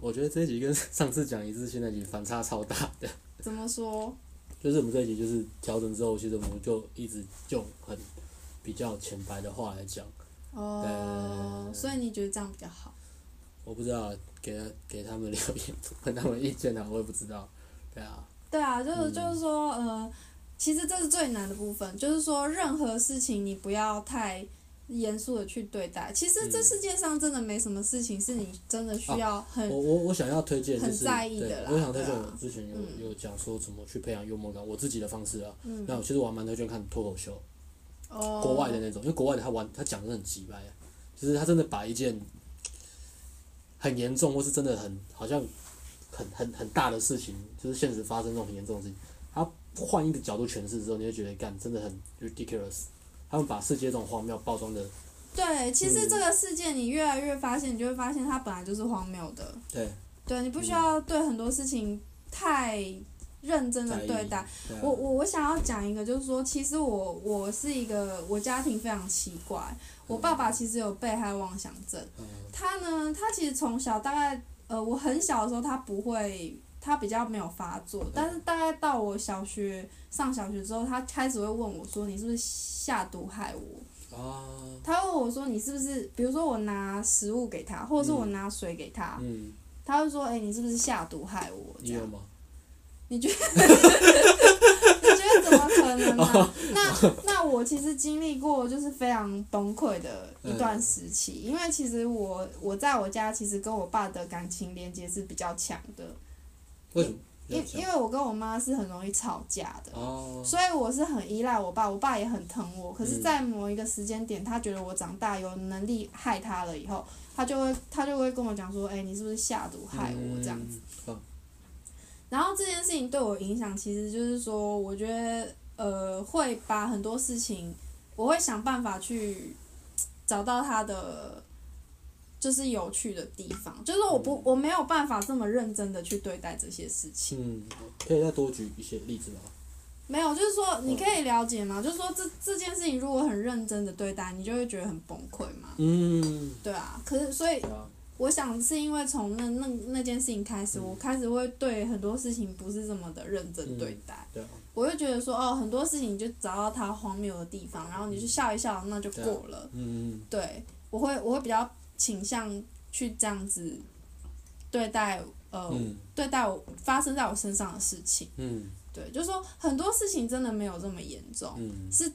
我觉得这一集跟 上次讲一次性那集反差超大的，
怎么说？
就是我们这一集就是调整之后，其实我们就一直用很比较浅白的话来讲。
哦，所以你觉得这样比较好？
我不知道，给他给他们留言，问他们意见啊，我也不知 道。对啊，
对啊，就是
嗯
就是说，呃，其实这是最难的部分，就是说任何事情你不要太严肃的去对待。其实
嗯
这世界上真的没什么事情是你真的
啊
需要很、
我我我想要推荐就
很
是，
在意
对
的啦，
我想推
对
荐
啊
我之前有、
嗯
有讲说怎么去培养幽默感，我自己的方式啊。
嗯
那我其实我还蛮推荐看脱口秀，
哦，
国外的那种，因为国外的他玩他讲的很直白，啊就是他真的把一件很严重或是真的很好像很很很大的事情，就是现实发生那种很严重的事情，他换一个角度诠释之后，你就觉得干真的很 ridiculous。他们把世界这种荒谬包装的，
对，其实
嗯
这个世界你越来越发现，你就会发现它本来就是荒谬的。
对，
对你不
嗯
需要对很多事情太认真的
在意
对待。
对啊
我我我想要讲一个，就是说，其实我我是一个我家庭非常奇怪，我爸爸其实有被害妄想症，
嗯
他呢，他其实从小大概呃，我很小的时候他不会，他比较没有发
嗯
作，但是大概到我小学上小学之后，他开始会问我说，你是不是下毒害我？
啊，
他问我说：“你是不是，比如说我拿食物给他，或者是我拿水给他，
嗯，
他会说：‘哎、你是不是下毒害我？’
你
这
有
样，
吗？
你觉得怎么可能呢、 那那我其实经历过就是非常崩溃的一段时期，因为其实我我在我家其实跟我爸的感情连接是比较强的，
为什么？
因
这
因
样
为我跟我妈是很容易吵架的。
哦，
所以我是很依赖我爸，我爸也很疼我。可是，
嗯
在某一个时间点，他觉得我长大有能力害他了以后，他就会他就会跟我讲说：“哎、你是不是下毒害我？”这样子。
子，嗯
然后这件事情对我影响，其实就是说，我觉得呃，会把很多事情，我会想办法去找到他的。就是有趣的地方，就是我不我没有办法这么认真的去对待这些事情。
嗯，可以再多举一些例子吗？
没有，就是说
嗯
你可以了解嘛，就是说这这件事情如果很认真的对待，你就会觉得很崩溃嘛。
嗯，
对啊，可是所以
对啊，
我想是因为从那那那件事情开始，
嗯
我开始会对很多事情不是这么的认真对待，
对啊，
我会觉得说哦，很多事情你就找到它荒谬的地方，然后你就笑一笑，那就过了。
嗯，
对，我会我会比较倾向去这样子对待呃、
嗯
对待我发生在我身上的事情。
嗯
对，就是说很多事情真的没有这么严重。
嗯，
是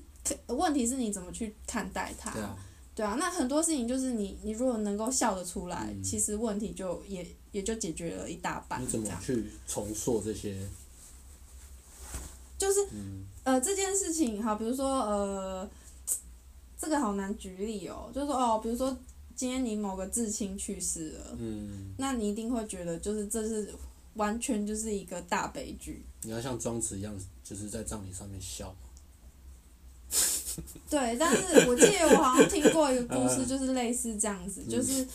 可问题是你怎么去看待它，
对啊，
对啊那很多事情就是你你如果能够笑得出来，
嗯
其实问题就也也就解决了一大半
你
这
怎么
样。
去重塑这些？
就是
嗯
呃这件事情，好，比如说呃，这个好难举例哦，就是说哦，比如说今天你某个至亲去世了，
嗯，
那你一定会觉得就是这是完全就是一个大悲剧。
你要像庄子一样，就是在葬礼上面笑。
对，但是我记得我好像听过一个故 事，就是类似这样子，
嗯
就是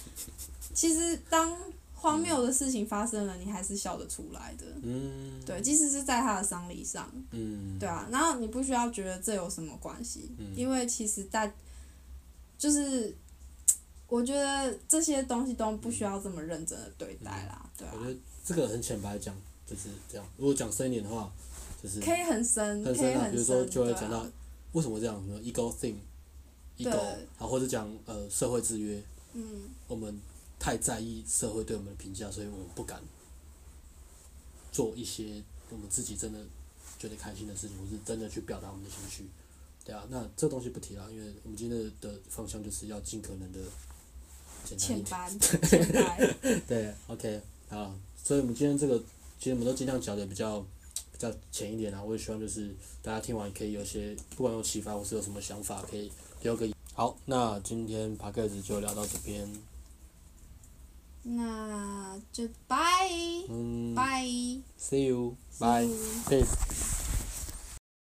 其实当荒谬的事情发生了，你还是笑得出来的。
嗯，
对，即使是在他的丧礼上，
嗯，
对啊，然后你不需要觉得这有什么关系，
嗯
因为其实大就是我觉得这些东西都不需要这么认真的对待啦，对
嗯我觉
啊，
得这个很浅白讲就是这样。如果讲深一点的话，就是
可以很深，
很
可以
深啊，
很
比如说
深，
就会
对
讲到
啊，
为什么这样，什么 ego thing，ego
对
啊，或者讲呃社会制约，
嗯，
我们太在意社会对我们的评价，所以我们不敢做一些我们自己真的觉得开心的事情，或是真的去表达我们的情绪。对啊，那这东西不提了，因为我们今天的方向就是要尽可能的简单一
浅
点。
白，浅白，
对，OK，好，所以我们今天这个其实我们都尽量讲的比较比较浅一点啊。我也希望就是大家听完可以有些不管有启发或是有什么想法，可以留个言。好，那今天 p a c k a g e 就聊到这边，
那就拜。
嗯
拜。
，See you，bye
See you.
嗯 peace。